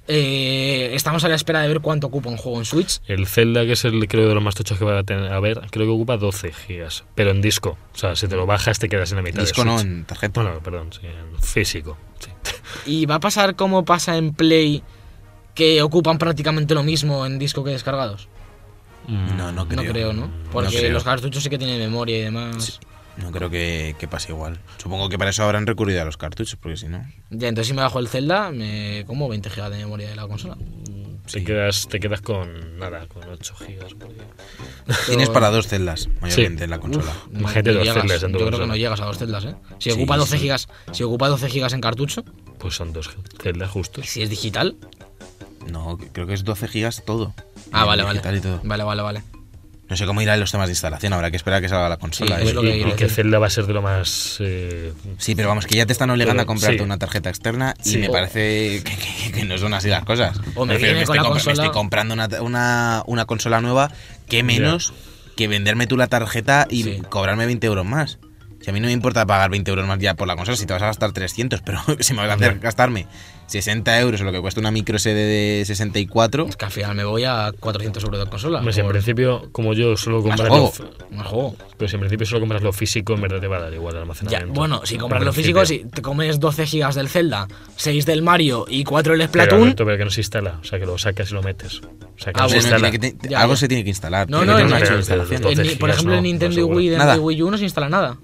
Speaker 3: Eh, estamos a la espera de ver cuánto ocupa un juego en Switch.
Speaker 1: El Zelda, que es el creo de los más tochos que va a tener, a ver, creo que ocupa 12 gigas, pero en disco. O sea, si te lo bajas te quedas en la mitad. de
Speaker 2: Disco no,
Speaker 1: Switch.
Speaker 2: en tarjeta.
Speaker 1: Bueno, perdón, sí, en físico. sí.
Speaker 3: Y va a pasar como pasa en Play, que ocupan prácticamente lo mismo en disco que descargados.
Speaker 1: Mm,
Speaker 2: No, no creo.
Speaker 3: No creo, ¿no? Porque
Speaker 2: creo.
Speaker 3: los cartuchos sí que tienen memoria y demás.
Speaker 2: Sí. No creo que, que pase igual. Supongo que para eso habrán recurrido a los cartuchos, porque si no.
Speaker 3: Ya, entonces si me bajo el Zelda, me como 20 gigas de memoria de la consola.
Speaker 1: Te, quedas, te quedas con nada, con 8 gigas. por ahí.
Speaker 2: Tienes para dos celdas, mayormente,
Speaker 1: Sí.
Speaker 2: en la consola.
Speaker 1: Imagínate
Speaker 3: No
Speaker 1: dos
Speaker 3: llegas.
Speaker 1: celdas en
Speaker 3: Yo
Speaker 1: tu
Speaker 3: creo que
Speaker 1: consola.
Speaker 3: no llegas a dos celdas, ¿eh? Si
Speaker 2: Sí,
Speaker 3: ocupa 12
Speaker 2: sí.
Speaker 3: gigas, si ocupa 12 gigas en cartucho,
Speaker 1: Pues son dos Zeldas justos.
Speaker 3: si es digital,
Speaker 2: No, que- creo que es 12 gigas todo.
Speaker 3: Ah,
Speaker 2: Eh,
Speaker 3: vale, vale.
Speaker 2: digital y todo.
Speaker 3: Vale, vale, vale.
Speaker 2: No sé cómo irán los temas de instalación, habrá que esperar a que salga la consola.
Speaker 3: Sí,
Speaker 2: eso.
Speaker 3: es lo que
Speaker 1: y,
Speaker 3: quiero
Speaker 1: y que
Speaker 3: decir.
Speaker 1: Zelda va a ser de lo más... eh,
Speaker 2: Sí, pero vamos, que ya te están obligando
Speaker 1: Pero,
Speaker 2: a comprarte
Speaker 1: sí.
Speaker 2: una tarjeta externa y
Speaker 1: Sí.
Speaker 2: me
Speaker 1: O-
Speaker 2: parece que, que- que no son así las cosas.
Speaker 3: O me
Speaker 2: Prefiero-
Speaker 3: viene con
Speaker 2: estoy
Speaker 3: la
Speaker 2: compra-
Speaker 3: consola.
Speaker 2: estoy comprando una, una- una consola nueva, que menos que venderme tú la tarjeta y
Speaker 3: Sí.
Speaker 2: cobrarme 20 euros más. Si a mí no me importa pagar 20 euros más ya por la consola, si te vas a gastar 300, pero si me vas a hacer gastarme 60 euros o lo que cuesta una micro SD de 64,
Speaker 3: Es que al final me voy a 400 euros de consola.
Speaker 1: hombre, si pues en
Speaker 3: por-
Speaker 1: principio, como yo solo comprar
Speaker 2: juego.
Speaker 1: lo-
Speaker 3: Un Ah, juego.
Speaker 1: Pero si en principio solo compras lo físico, en verdad te va a dar igual el
Speaker 3: Ya,
Speaker 1: almacenamiento.
Speaker 3: bueno, si
Speaker 1: En
Speaker 3: compras lo
Speaker 1: principio.
Speaker 3: físico, si te comes 12 gigas del Zelda, 6 del Mario y 4 del
Speaker 1: Pero,
Speaker 3: Splatoon.
Speaker 1: Alberto, pero que no se instala. O sea, que lo sacas y lo metes. O sea, que
Speaker 3: Ah,
Speaker 1: no
Speaker 2: Hombre,
Speaker 1: se
Speaker 3: bueno,
Speaker 2: no
Speaker 1: instala.
Speaker 2: tiene que te-
Speaker 3: Ya,
Speaker 2: algo
Speaker 3: ya.
Speaker 2: se tiene que instalar.
Speaker 3: No,
Speaker 2: porque
Speaker 3: no,
Speaker 2: tienen
Speaker 3: no,
Speaker 2: una
Speaker 3: no,
Speaker 2: versión
Speaker 3: no,
Speaker 2: de instalación.
Speaker 1: no,
Speaker 3: en ni- por
Speaker 1: 12
Speaker 3: ejemplo, en
Speaker 1: gigas, no,
Speaker 3: Nintendo
Speaker 1: no,
Speaker 3: Wii, en
Speaker 2: seguro.
Speaker 3: de Wii U no se instala nada.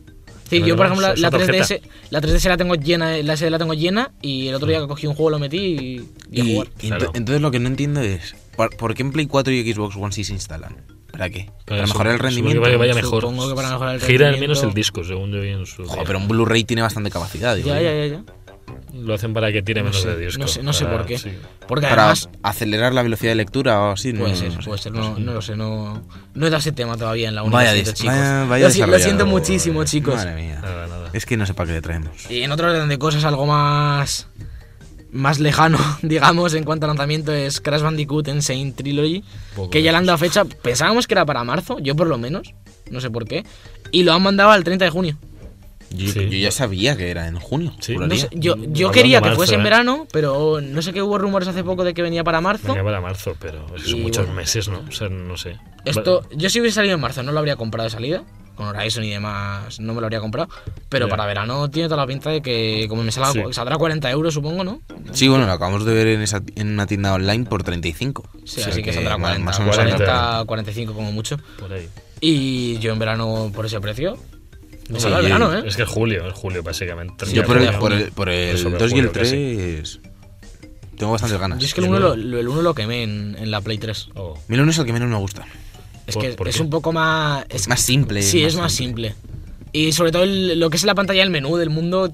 Speaker 3: Sí,
Speaker 1: No,
Speaker 3: yo, por
Speaker 1: no,
Speaker 3: ejemplo, la,
Speaker 1: es
Speaker 3: la
Speaker 1: otra
Speaker 3: 3DS, la 3DS la tengo llena, eh, la SD la tengo llena y el otro
Speaker 1: Mm.
Speaker 3: día que cogí un juego lo metí y, y a
Speaker 2: Y,
Speaker 3: jugar.
Speaker 2: y ento-
Speaker 1: Claro.
Speaker 2: entonces lo que no entiendo es, ¿por, por qué en Play 4 y Xbox One sí se instalan? ¿Para qué?
Speaker 1: Supongo
Speaker 2: ¿Para mejorar el
Speaker 1: que
Speaker 2: rendimiento?
Speaker 1: Vaya, vaya mejor.
Speaker 3: Supongo que para mejorar el
Speaker 1: Gira al
Speaker 3: rendimiento.
Speaker 1: menos el disco, según yo vi en su.
Speaker 2: Joder,
Speaker 1: día.
Speaker 2: pero un Blu-ray tiene bastante capacidad. digo
Speaker 3: Ya,
Speaker 2: yo.
Speaker 3: ya, ya, ya.
Speaker 1: Lo hacen para que tire
Speaker 3: No
Speaker 1: menos
Speaker 3: sé,
Speaker 1: de disco.
Speaker 3: no sé, no sé
Speaker 1: para-
Speaker 3: por qué.
Speaker 1: sí.
Speaker 3: Porque
Speaker 2: Para
Speaker 3: además,
Speaker 2: acelerar la velocidad de lectura o así.
Speaker 3: Puede
Speaker 2: no,
Speaker 3: ser,
Speaker 2: no sé.
Speaker 3: puede ser, no, no lo sé, no, no he dado ese tema todavía en la
Speaker 2: pues Vaya
Speaker 3: universidad,
Speaker 2: dis-
Speaker 3: chicos.
Speaker 2: vaya- vaya
Speaker 3: lo, si- lo siento
Speaker 2: desarrollador.
Speaker 3: muchísimo, chicos.
Speaker 2: Madre mía.
Speaker 1: Nada, nada.
Speaker 2: Es que no sé para qué le traemos.
Speaker 3: Y en otro orden de cosas, algo más más lejano, digamos, en cuanto a lanzamiento es Crash Bandicoot Insane Trilogy,
Speaker 1: Poco
Speaker 3: que ya le han
Speaker 1: menos.
Speaker 3: dado fecha, pensábamos que era para marzo, yo por lo menos, no sé por qué, y lo han mandado al 30 de junio.
Speaker 2: Yo,
Speaker 1: Sí.
Speaker 2: yo ya sabía que era en junio.
Speaker 1: Sí.
Speaker 3: No
Speaker 2: juraría.
Speaker 3: sé, yo
Speaker 1: Mm,
Speaker 3: yo
Speaker 1: hablando
Speaker 3: quería
Speaker 1: de
Speaker 3: que
Speaker 1: marzo,
Speaker 3: fuese en
Speaker 1: eh.
Speaker 3: verano, pero no sé qué hubo rumores hace poco de que venía para marzo.
Speaker 1: Venía para marzo, pero eso son
Speaker 3: Y
Speaker 1: muchos
Speaker 3: bueno.
Speaker 1: meses, ¿no? O sea, no sé.
Speaker 3: Esto,
Speaker 1: Va-
Speaker 3: yo si hubiese salido en marzo no lo habría comprado de salida. Con Horizon y demás no me lo habría comprado. Pero
Speaker 1: Ya.
Speaker 3: para verano tiene toda la pinta de que como me salga,
Speaker 1: Sí.
Speaker 3: saldrá 40 euros, supongo, ¿no?
Speaker 2: Sí, bueno, lo acabamos de ver en, esa- en una tienda online por 35.
Speaker 3: Sí,
Speaker 2: O sea
Speaker 3: así que, saldrá
Speaker 2: más-
Speaker 3: 40,
Speaker 2: más o menos
Speaker 3: 40,
Speaker 2: saldrá.
Speaker 3: 45 como mucho.
Speaker 1: Por ahí.
Speaker 3: Y yo en verano por ese precio... Me
Speaker 2: Sí,
Speaker 3: salga el
Speaker 2: yo-
Speaker 3: verano, ¿eh?
Speaker 1: Es que es julio, es julio, básicamente.
Speaker 2: Yo por el,
Speaker 1: Termina
Speaker 2: por
Speaker 1: junio.
Speaker 2: el, por el
Speaker 1: Eso, por
Speaker 2: 2 y el
Speaker 1: julio, casi.
Speaker 2: 3 tengo bastantes ganas.
Speaker 3: Yo es que el
Speaker 1: el
Speaker 3: 1 lo,
Speaker 1: uno.
Speaker 3: lo- el uno lo quemé en, en la Play 3.
Speaker 1: Oh.
Speaker 2: Mi uno es el que menos me gusta.
Speaker 3: Es
Speaker 1: ¿Por-
Speaker 3: que
Speaker 1: por
Speaker 3: es
Speaker 1: qué?
Speaker 3: un poco más... Es,
Speaker 2: Más simple.
Speaker 3: sí, es más simple. Y sobre todo el- lo que es la pantalla del menú del mundo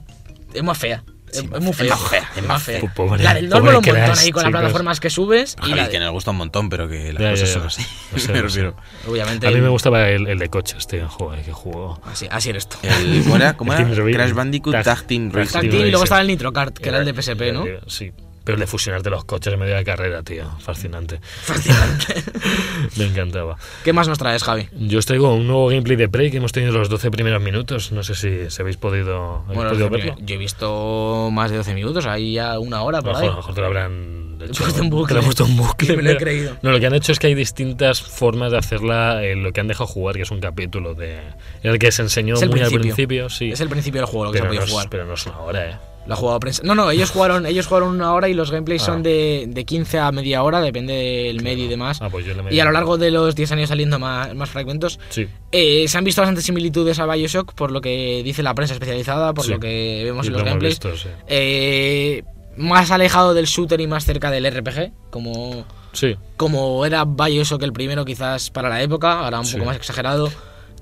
Speaker 3: es más fea. Es, es muy fea. Es más fea.
Speaker 1: Po- pobre-
Speaker 3: la del 2 me
Speaker 1: pobre
Speaker 3: lo montón
Speaker 1: Crash,
Speaker 3: ahí con las
Speaker 1: chicos.
Speaker 3: plataformas que subes. Y
Speaker 2: Javi,
Speaker 3: la
Speaker 2: que
Speaker 3: de-
Speaker 2: nos gusta un montón, pero que las
Speaker 1: Ya,
Speaker 2: cosas
Speaker 1: ya, ya.
Speaker 2: son así.
Speaker 1: No sé,
Speaker 2: me
Speaker 1: no sé.
Speaker 2: refiero.
Speaker 3: obviamente.
Speaker 1: A mí me
Speaker 3: el-
Speaker 1: gustaba el, el de coches, tío. Joder, qué juego.
Speaker 3: Así, así eres tú.
Speaker 2: El, ¿cómo era?
Speaker 1: El Team
Speaker 2: ¿Cómo era?
Speaker 1: Racing.
Speaker 2: Crash Bandicoot
Speaker 1: Tag-
Speaker 2: Tag Team
Speaker 1: Tag
Speaker 2: Racing.
Speaker 1: Team
Speaker 3: Táctil y luego
Speaker 1: Racing.
Speaker 3: estaba el Nitro Kart, que era el de PSP, ¿no?
Speaker 1: Sí. Pero el de fusionarte los coches en medio de la carrera, tío. Fascinante.
Speaker 3: Fascinante.
Speaker 1: Me encantaba.
Speaker 3: ¿Qué más nos traes, Javi?
Speaker 1: Yo os traigo un nuevo gameplay de Prey que hemos tenido los 12 primeros minutos. No sé si, si habéis podido, habéis
Speaker 3: Bueno,
Speaker 1: podido
Speaker 3: yo-
Speaker 1: pues verlo.
Speaker 3: yo he visto más de 12 minutos, ahí ya una hora
Speaker 1: A lo
Speaker 3: Ah, por
Speaker 1: mejor,
Speaker 3: ahí.
Speaker 1: a lo mejor te lo habrán hecho.
Speaker 3: puesto en bucle.
Speaker 1: Te lo han puesto en bucle,
Speaker 3: Me lo he
Speaker 1: pero-
Speaker 3: creído.
Speaker 1: No, lo que han hecho es que hay distintas formas de hacerla. en lo que han dejado jugar, que es un capítulo de. En el que se enseñó
Speaker 3: Es el
Speaker 1: muy
Speaker 3: principio.
Speaker 1: al principio, sí.
Speaker 3: Es el principio del juego lo que se ha
Speaker 1: pero, no
Speaker 3: podido
Speaker 1: es,
Speaker 3: jugar.
Speaker 1: pero no es una hora, ¿eh?
Speaker 3: La ha jugado prensa. No, no, ellos jugaron, ellos jugaron una hora y los gameplays
Speaker 1: Ah.
Speaker 3: son de, de 15 a media hora, depende del medio y demás.
Speaker 1: Ah, pues yo le metí-
Speaker 3: y a lo largo de los 10 años saliendo más, más frecuentes,
Speaker 1: Sí.
Speaker 3: Eh, se han visto bastantes similitudes a Bioshock por lo que dice la prensa especializada, por
Speaker 1: Sí.
Speaker 3: lo que vemos
Speaker 1: Y
Speaker 3: en
Speaker 1: lo
Speaker 3: los
Speaker 1: hemos
Speaker 3: gameplays.
Speaker 1: visto, sí.
Speaker 3: Eh, más alejado del shooter y más cerca del RPG, como,
Speaker 1: Sí.
Speaker 3: como era Bioshock el primero quizás para la época, ahora un
Speaker 1: Sí.
Speaker 3: poco más exagerado.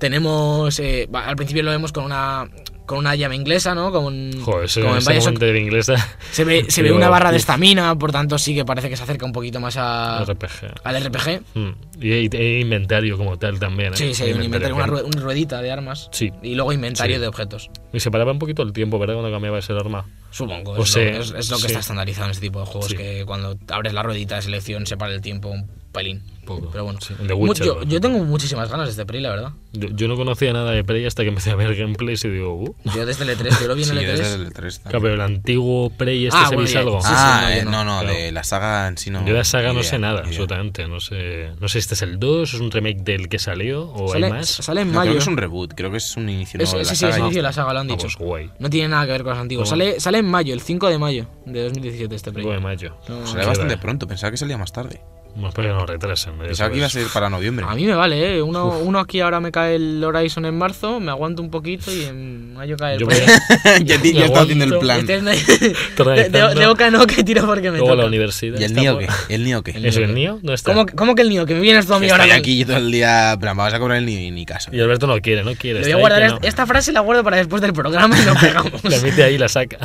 Speaker 3: Tenemos, eh, va- al principio lo vemos con una con una llama inglesa, ¿no? Con,
Speaker 1: Joder, ese,
Speaker 3: Mm. como en
Speaker 1: ese
Speaker 3: Bioshock
Speaker 1: momento de inglesa.
Speaker 3: se ve, se ve
Speaker 1: Pero,
Speaker 3: una barra de
Speaker 1: uf.
Speaker 3: estamina, por tanto sí que parece que se acerca un poquito más a,
Speaker 1: RPG.
Speaker 3: al RPG.
Speaker 1: Mm. Y hay, hay inventario como tal también. ¿eh?
Speaker 3: Sí, sí, hay un inventario, una,
Speaker 1: que-
Speaker 3: rue- una ruedita de armas.
Speaker 1: Sí.
Speaker 3: Y luego inventario
Speaker 1: Sí.
Speaker 3: de objetos.
Speaker 1: Y se paraba un poquito el tiempo, ¿verdad? Cuando cambiaba ese arma.
Speaker 3: Supongo,
Speaker 1: O
Speaker 3: es,
Speaker 1: sea,
Speaker 3: lo, es- es lo que
Speaker 1: Pues sí.
Speaker 3: está estandarizado en este tipo de juegos,
Speaker 1: Sí.
Speaker 3: que cuando abres la ruedita de selección se para el tiempo un pelín.
Speaker 1: Poco,
Speaker 3: Pero bueno,
Speaker 1: sí. El de
Speaker 3: Mu-
Speaker 1: Witcher,
Speaker 3: yo,
Speaker 1: por
Speaker 3: yo
Speaker 1: ejemplo.
Speaker 3: tengo muchísimas ganas de este Prey, la verdad.
Speaker 1: Yo, yo no conocía nada de Prey hasta que empecé a ver gameplays y digo, uh.
Speaker 3: Yo desde el E3, yo lo vi en
Speaker 2: Sí,
Speaker 3: el E E3.
Speaker 2: desde el 3
Speaker 1: Claro, pero el antiguo Prey este
Speaker 3: Ah,
Speaker 1: se
Speaker 3: bueno,
Speaker 1: veis
Speaker 3: ya.
Speaker 1: algo.
Speaker 3: Sí,
Speaker 2: Ah,
Speaker 3: sí,
Speaker 2: eh,
Speaker 3: no,
Speaker 2: no,
Speaker 3: yo
Speaker 2: no,
Speaker 1: no, claro.
Speaker 2: de la saga en sí no.
Speaker 1: Yo de la saga no
Speaker 2: idea,
Speaker 1: sé nada,
Speaker 2: idea.
Speaker 1: absolutamente. No sé, no sé si este es el 2, es un remake del que salió o
Speaker 3: Sale,
Speaker 1: hay más.
Speaker 3: sale en
Speaker 2: No, creo
Speaker 3: mayo.
Speaker 2: que es un reboot, creo que es un inicio
Speaker 3: Es-
Speaker 2: nuevo de
Speaker 3: sí,
Speaker 2: la
Speaker 3: sí,
Speaker 2: saga.
Speaker 3: es el
Speaker 2: ¿no?
Speaker 3: inicio de la saga, lo han dicho.
Speaker 1: Vamos, Ah, pues guay.
Speaker 3: No tiene nada que ver con los antiguos.
Speaker 1: Bueno.
Speaker 3: Sale, sale en mayo, el 5 de mayo de 2017 este Prey.
Speaker 1: 5 de mayo.
Speaker 3: No,
Speaker 2: Sale
Speaker 1: Sí,
Speaker 2: bastante
Speaker 1: vale.
Speaker 2: pronto, pensaba que salía más tarde.
Speaker 1: Más para que no lo retrasen. ya
Speaker 2: Pensaba que iba a
Speaker 1: sabes.
Speaker 2: ser para noviembre.
Speaker 3: A mí me vale, ¿eh? Uno, uno aquí ahora me cae el Horizon en marzo, me aguanto un poquito y en mayo cae el
Speaker 1: Yo
Speaker 3: Prey.
Speaker 1: voy a-
Speaker 2: ya ti- ya estaba haciendo el
Speaker 1: aguanto,
Speaker 2: plan.
Speaker 3: Este es de- de, de,
Speaker 1: Traizando.
Speaker 3: de boca no que tiro porque me
Speaker 1: Luego a la
Speaker 3: toca.
Speaker 1: universidad.
Speaker 2: ¿Y el
Speaker 1: está
Speaker 2: Nio
Speaker 1: por-
Speaker 2: qué? ¿El Nio qué?
Speaker 1: ¿Eso el Nio? ¿Dónde está?
Speaker 3: ¿Cómo, que- cómo que el niño? Que me vienes tú a mí
Speaker 2: Que
Speaker 3: ahora.
Speaker 2: Estaré
Speaker 3: con-
Speaker 2: aquí todo el día, en plan, vamos a cobrar el Nio y ni caso.
Speaker 1: Y Alberto no quiere, no quiere.
Speaker 3: Le voy
Speaker 1: está
Speaker 3: a
Speaker 1: ahí
Speaker 3: guardar este-
Speaker 1: que
Speaker 3: est-
Speaker 1: no.
Speaker 3: esta frase la guardo para después del programa y lo pegamos.
Speaker 1: La mete ahí y la saca.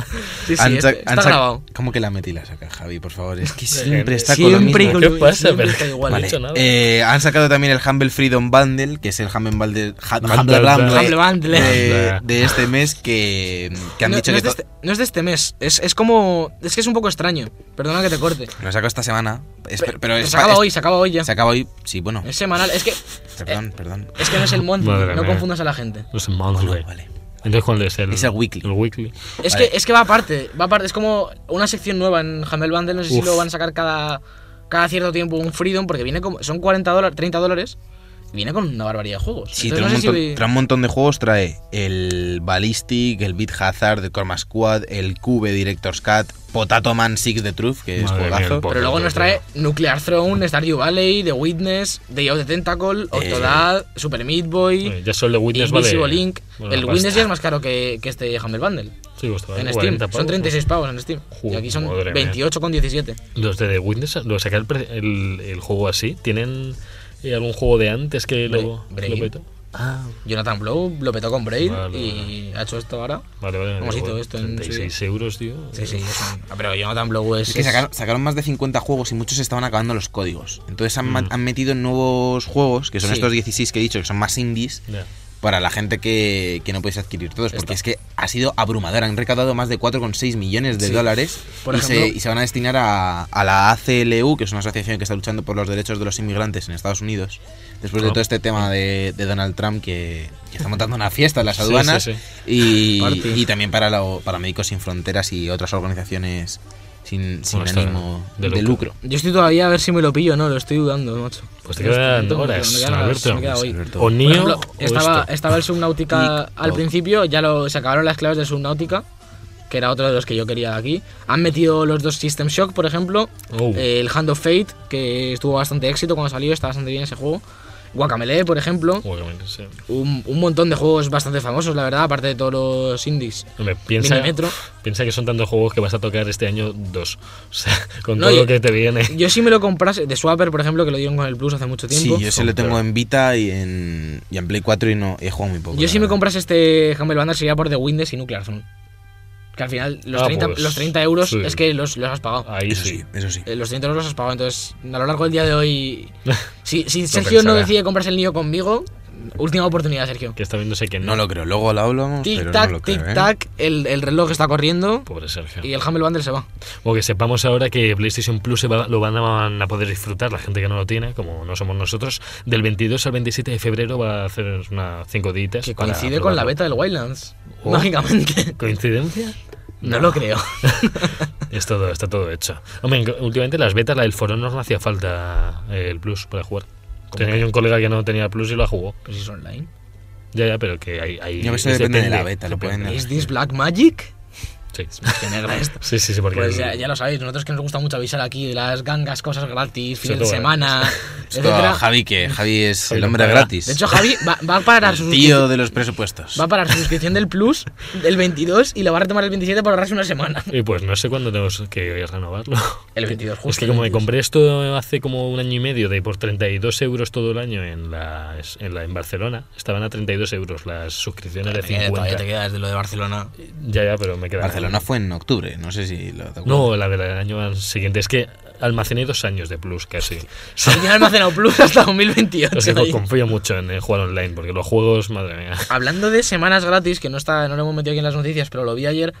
Speaker 3: Sí, sí,
Speaker 2: Han
Speaker 3: está,
Speaker 2: sa-
Speaker 3: está
Speaker 2: han sa-
Speaker 3: grabado.
Speaker 2: ¿Cómo que la metí y la saca, Javi? Por favor, es que
Speaker 1: Gente,
Speaker 2: siempre está con lo
Speaker 3: Siempre
Speaker 2: mismo.
Speaker 3: con
Speaker 1: ¿Qué
Speaker 3: lo-
Speaker 1: pasa?
Speaker 3: siempre
Speaker 1: Pero-
Speaker 3: está igual.
Speaker 1: Vale.
Speaker 3: hecho.
Speaker 1: dicho nada.
Speaker 2: eh, han sacado también el Humble Freedom Bundle, que es el Humble Bundle, ha-
Speaker 1: Humble
Speaker 2: Humble
Speaker 1: Bundle.
Speaker 3: Humble
Speaker 2: Bundle
Speaker 3: Bundle.
Speaker 2: de, de este mes que, que han
Speaker 3: no,
Speaker 2: dicho
Speaker 3: no
Speaker 2: que
Speaker 3: es de
Speaker 2: to-
Speaker 3: este, no es de este mes, es, es como. Es que es un poco extraño. Perdona que te corte.
Speaker 2: lo han sacado esta semana. Es- pero, es-
Speaker 3: este- se acaba
Speaker 2: es-
Speaker 3: hoy, se acaba hoy ya.
Speaker 2: Se acaba hoy, sí, bueno.
Speaker 3: Es eh, semanal, es que.
Speaker 2: Perdón, perdón.
Speaker 3: Es que no es el month,
Speaker 1: Madre
Speaker 3: no
Speaker 1: mía.
Speaker 3: confundas a la gente.
Speaker 1: No sé, monthly.
Speaker 3: Ah,
Speaker 2: Bueno, vale.
Speaker 1: Entonces, ¿cuál es el...?
Speaker 2: Es el weekly.
Speaker 1: El weekly.
Speaker 3: Es,
Speaker 2: Vale.
Speaker 3: que, es que va aparte, va aparte, es como una sección nueva en Humble Bundle, no sé si
Speaker 1: Uf.
Speaker 3: lo van a sacar cada, cada cierto tiempo un Freedom, porque viene como, son 40 dólares, 30 dólares, y viene con una barbaridad de juegos.
Speaker 2: Sí, trae,
Speaker 3: Entonces, no
Speaker 2: un
Speaker 3: sé
Speaker 2: montón,
Speaker 3: si-
Speaker 2: trae un montón de juegos. Trae el Ballistic, el Beat Hazard, el Corma Squad, el Cube Director's Cut, Potato Man 6 de Truth, que
Speaker 1: Madre
Speaker 2: es
Speaker 1: mía, el
Speaker 2: juegazo.
Speaker 1: po-
Speaker 3: Pero luego nos trae Nuclear Throne, Stardew Valley, The Witness, Day of the
Speaker 2: Eh.
Speaker 3: Tentacle, Octodad, Super Meat Boy,
Speaker 1: Eh, Ya solo el Witness vale...
Speaker 3: Invisible Link.
Speaker 1: bueno,
Speaker 3: el
Speaker 1: la
Speaker 3: Witness
Speaker 1: pasta.
Speaker 3: ya es más caro que, que este Humble Bundle.
Speaker 1: Sí, costaba
Speaker 3: En
Speaker 1: 40
Speaker 3: Steam,
Speaker 1: pavos,
Speaker 3: son
Speaker 1: ¿no?
Speaker 3: 36 pavos en Steam. y
Speaker 1: Joder,
Speaker 3: aquí son
Speaker 1: madre mía.
Speaker 3: 28,17.
Speaker 1: Los de The Witness, los sacar el, pre- el, el juego así, ¿tienen eh, algún juego de antes que lo,
Speaker 3: Bre-
Speaker 1: lo
Speaker 3: Brave.
Speaker 1: petó? Ah,
Speaker 3: Jonathan Blow lo petó con Braille
Speaker 1: Vale,
Speaker 3: y ha hecho esto ahora.
Speaker 1: vale, vale.
Speaker 3: Hemos
Speaker 1: digo,
Speaker 3: hecho esto en su
Speaker 1: 36 euros, tío.
Speaker 3: Sí, sí, es un- ah, pero Jonathan Blow es.
Speaker 2: Es que sacaron, sacaron más de 50 juegos y muchos estaban acabando los códigos. Entonces han, ma- han metido nuevos juegos, que son
Speaker 3: Sí.
Speaker 2: estos 16 que he dicho, que son más indies,
Speaker 1: Ya.
Speaker 2: para la gente que, que no podéis adquirir todos. Porque es que ha sido abrumador. Han recaudado más de 4,6 millones de
Speaker 3: Sí.
Speaker 2: dólares
Speaker 3: Por
Speaker 2: y, se,
Speaker 3: ejemplo-
Speaker 2: y se van a destinar a, a la ACLU, que es una asociación que está luchando por los derechos de los inmigrantes en Estados Unidos. Después de
Speaker 1: Ah.
Speaker 2: todo este tema de, de Donald Trump que, que está montando una fiesta en las
Speaker 1: Sí,
Speaker 2: aduanas
Speaker 1: sí, sí.
Speaker 2: y-
Speaker 3: Party.
Speaker 2: Y, también para, la- para Médicos Sin Fronteras y otras organizaciones sin, sin
Speaker 1: Bueno, está
Speaker 2: ánimo
Speaker 1: de
Speaker 2: de,
Speaker 1: lucro.
Speaker 2: lucro.
Speaker 3: Yo estoy todavía a ver si me lo pillo, no, lo estoy dudando, macho.
Speaker 1: Pues te
Speaker 3: Yo estoy-
Speaker 1: quedan
Speaker 3: tengo-
Speaker 1: horas,
Speaker 3: me quedan horas,
Speaker 1: Alberto.
Speaker 3: me queda Ah, hoy.
Speaker 2: Alberto.
Speaker 1: O
Speaker 3: Por
Speaker 1: Nio
Speaker 3: ejemplo, estaba, eh, estaba el Subnautica
Speaker 2: Nick
Speaker 3: al
Speaker 2: Bob.
Speaker 3: principio, ya lo, se acabaron las claves del Subnautica, que era otro de los que yo quería aquí. Han metido los dos System Shock, por ejemplo,
Speaker 1: Oh.
Speaker 3: eh, el Hand of Fate, que estuvo bastante éxito cuando salió, está bastante bien ese juego. Guacamele, por ejemplo.
Speaker 1: eh. Oh.
Speaker 3: Un, un montón de juegos bastante famosos, la verdad, aparte de todos los indies.
Speaker 1: Hombre, piensa,
Speaker 3: Minimetro.
Speaker 1: piensa que son tantos juegos que vas a tocar este año dos. O sea, con
Speaker 3: No,
Speaker 1: todo
Speaker 3: y-
Speaker 1: lo que te viene.
Speaker 3: Yo sí me lo comprase, de Swapper, por ejemplo, que lo dieron con el Plus hace mucho tiempo.
Speaker 2: Sí, yo se lo tengo en Vita y en, y en Play 4 y no he jugado muy poco.
Speaker 3: Yo
Speaker 2: la
Speaker 3: si me
Speaker 2: verdad.
Speaker 3: compras este Humble Bundle sería por The Windows y Nuclear Zone. Que al final los,
Speaker 1: Ah,
Speaker 3: 30,
Speaker 1: pues,
Speaker 3: los 30 euros
Speaker 1: sí. Ah.
Speaker 3: es que los, los has pagado.
Speaker 1: Ahí
Speaker 2: Eso
Speaker 1: sí.
Speaker 2: sí, eso sí.
Speaker 3: Eh, Los 30 euros los has pagado. Entonces, a lo largo del día de hoy... Si, si
Speaker 1: Lo
Speaker 3: Sergio no
Speaker 1: pensará.
Speaker 3: decide comprarse el niño conmigo, Última oportunidad, Sergio.
Speaker 1: Que está viéndose que no.
Speaker 2: No lo creo, luego lo hablamos. pero no
Speaker 3: Tic-tac,
Speaker 2: lo creo, ¿eh?
Speaker 3: tic-tac, el, el reloj está corriendo
Speaker 1: Pobre Sergio.
Speaker 3: y el Humble Bundle se va.
Speaker 1: O que sepamos ahora que PlayStation Plus se va- lo van a, van a poder disfrutar, la gente que no lo tiene, como no somos nosotros. Del 22 al 27 de febrero va a hacer unas 5 días.
Speaker 3: Que coincide con la beta del Wildlands,
Speaker 2: Oh.
Speaker 3: mágicamente.
Speaker 1: ¿Coincidencia?
Speaker 3: No lo creo.
Speaker 1: Es todo, está todo hecho. Hombre, en- últimamente las betas, la del For Honor no hacía falta eh, el Plus para jugar. Tenía yo un colega que no tenía Plus y lo jugó.
Speaker 3: Pero si es online.
Speaker 1: Ya, ya, pero que hay. hay
Speaker 2: Yo creo que eso
Speaker 1: es
Speaker 2: depende de la beta, lo pueden-
Speaker 3: ¿Es this Black Magic?
Speaker 1: Sí.
Speaker 3: Qué negra esta.
Speaker 1: sí, sí, sí, porque.
Speaker 3: Pues ya, ya lo sabéis, nosotros que nos gusta mucho avisar aquí de las gangas, cosas gratis, fines de
Speaker 1: todo, ¿eh?
Speaker 3: semana,
Speaker 2: Esto a
Speaker 3: etcétera.
Speaker 2: Javi, que Javi es
Speaker 1: Javi
Speaker 2: el
Speaker 1: no
Speaker 2: hombre
Speaker 1: paga.
Speaker 2: gratis.
Speaker 3: De hecho, Javi va, va a parar su
Speaker 2: el tío de los presupuestos.
Speaker 3: Va a parar su suscripción del Plus del 22 y la va a retomar el 27 para ahorrarse una semana.
Speaker 1: Y pues no sé cuándo tenemos que renovarlo.
Speaker 3: El 22, justo.
Speaker 1: Es que como me
Speaker 3: el 22.
Speaker 1: compré esto hace como un año y medio de por 32 euros todo el año en la, en, la, en Barcelona, estaban a 32 euros las suscripciones de
Speaker 3: Te queda- Todavía
Speaker 1: 50.
Speaker 3: te quedas de lo de Barcelona.
Speaker 1: Ya, ya, pero me queda.
Speaker 2: Barcelona fue en octubre, no sé si lo te acuerdas.
Speaker 1: No, la del año siguiente. Es que almacené dos años de plus casi.
Speaker 3: Yo he almacenado Plus hasta 2028.
Speaker 1: O sea,
Speaker 3: ahí.
Speaker 1: confío mucho en eh, jugar online porque los juegos, madre mía.
Speaker 3: Hablando de semanas gratis, que no está, no lo hemos metido aquí en las noticias, pero lo vi ayer.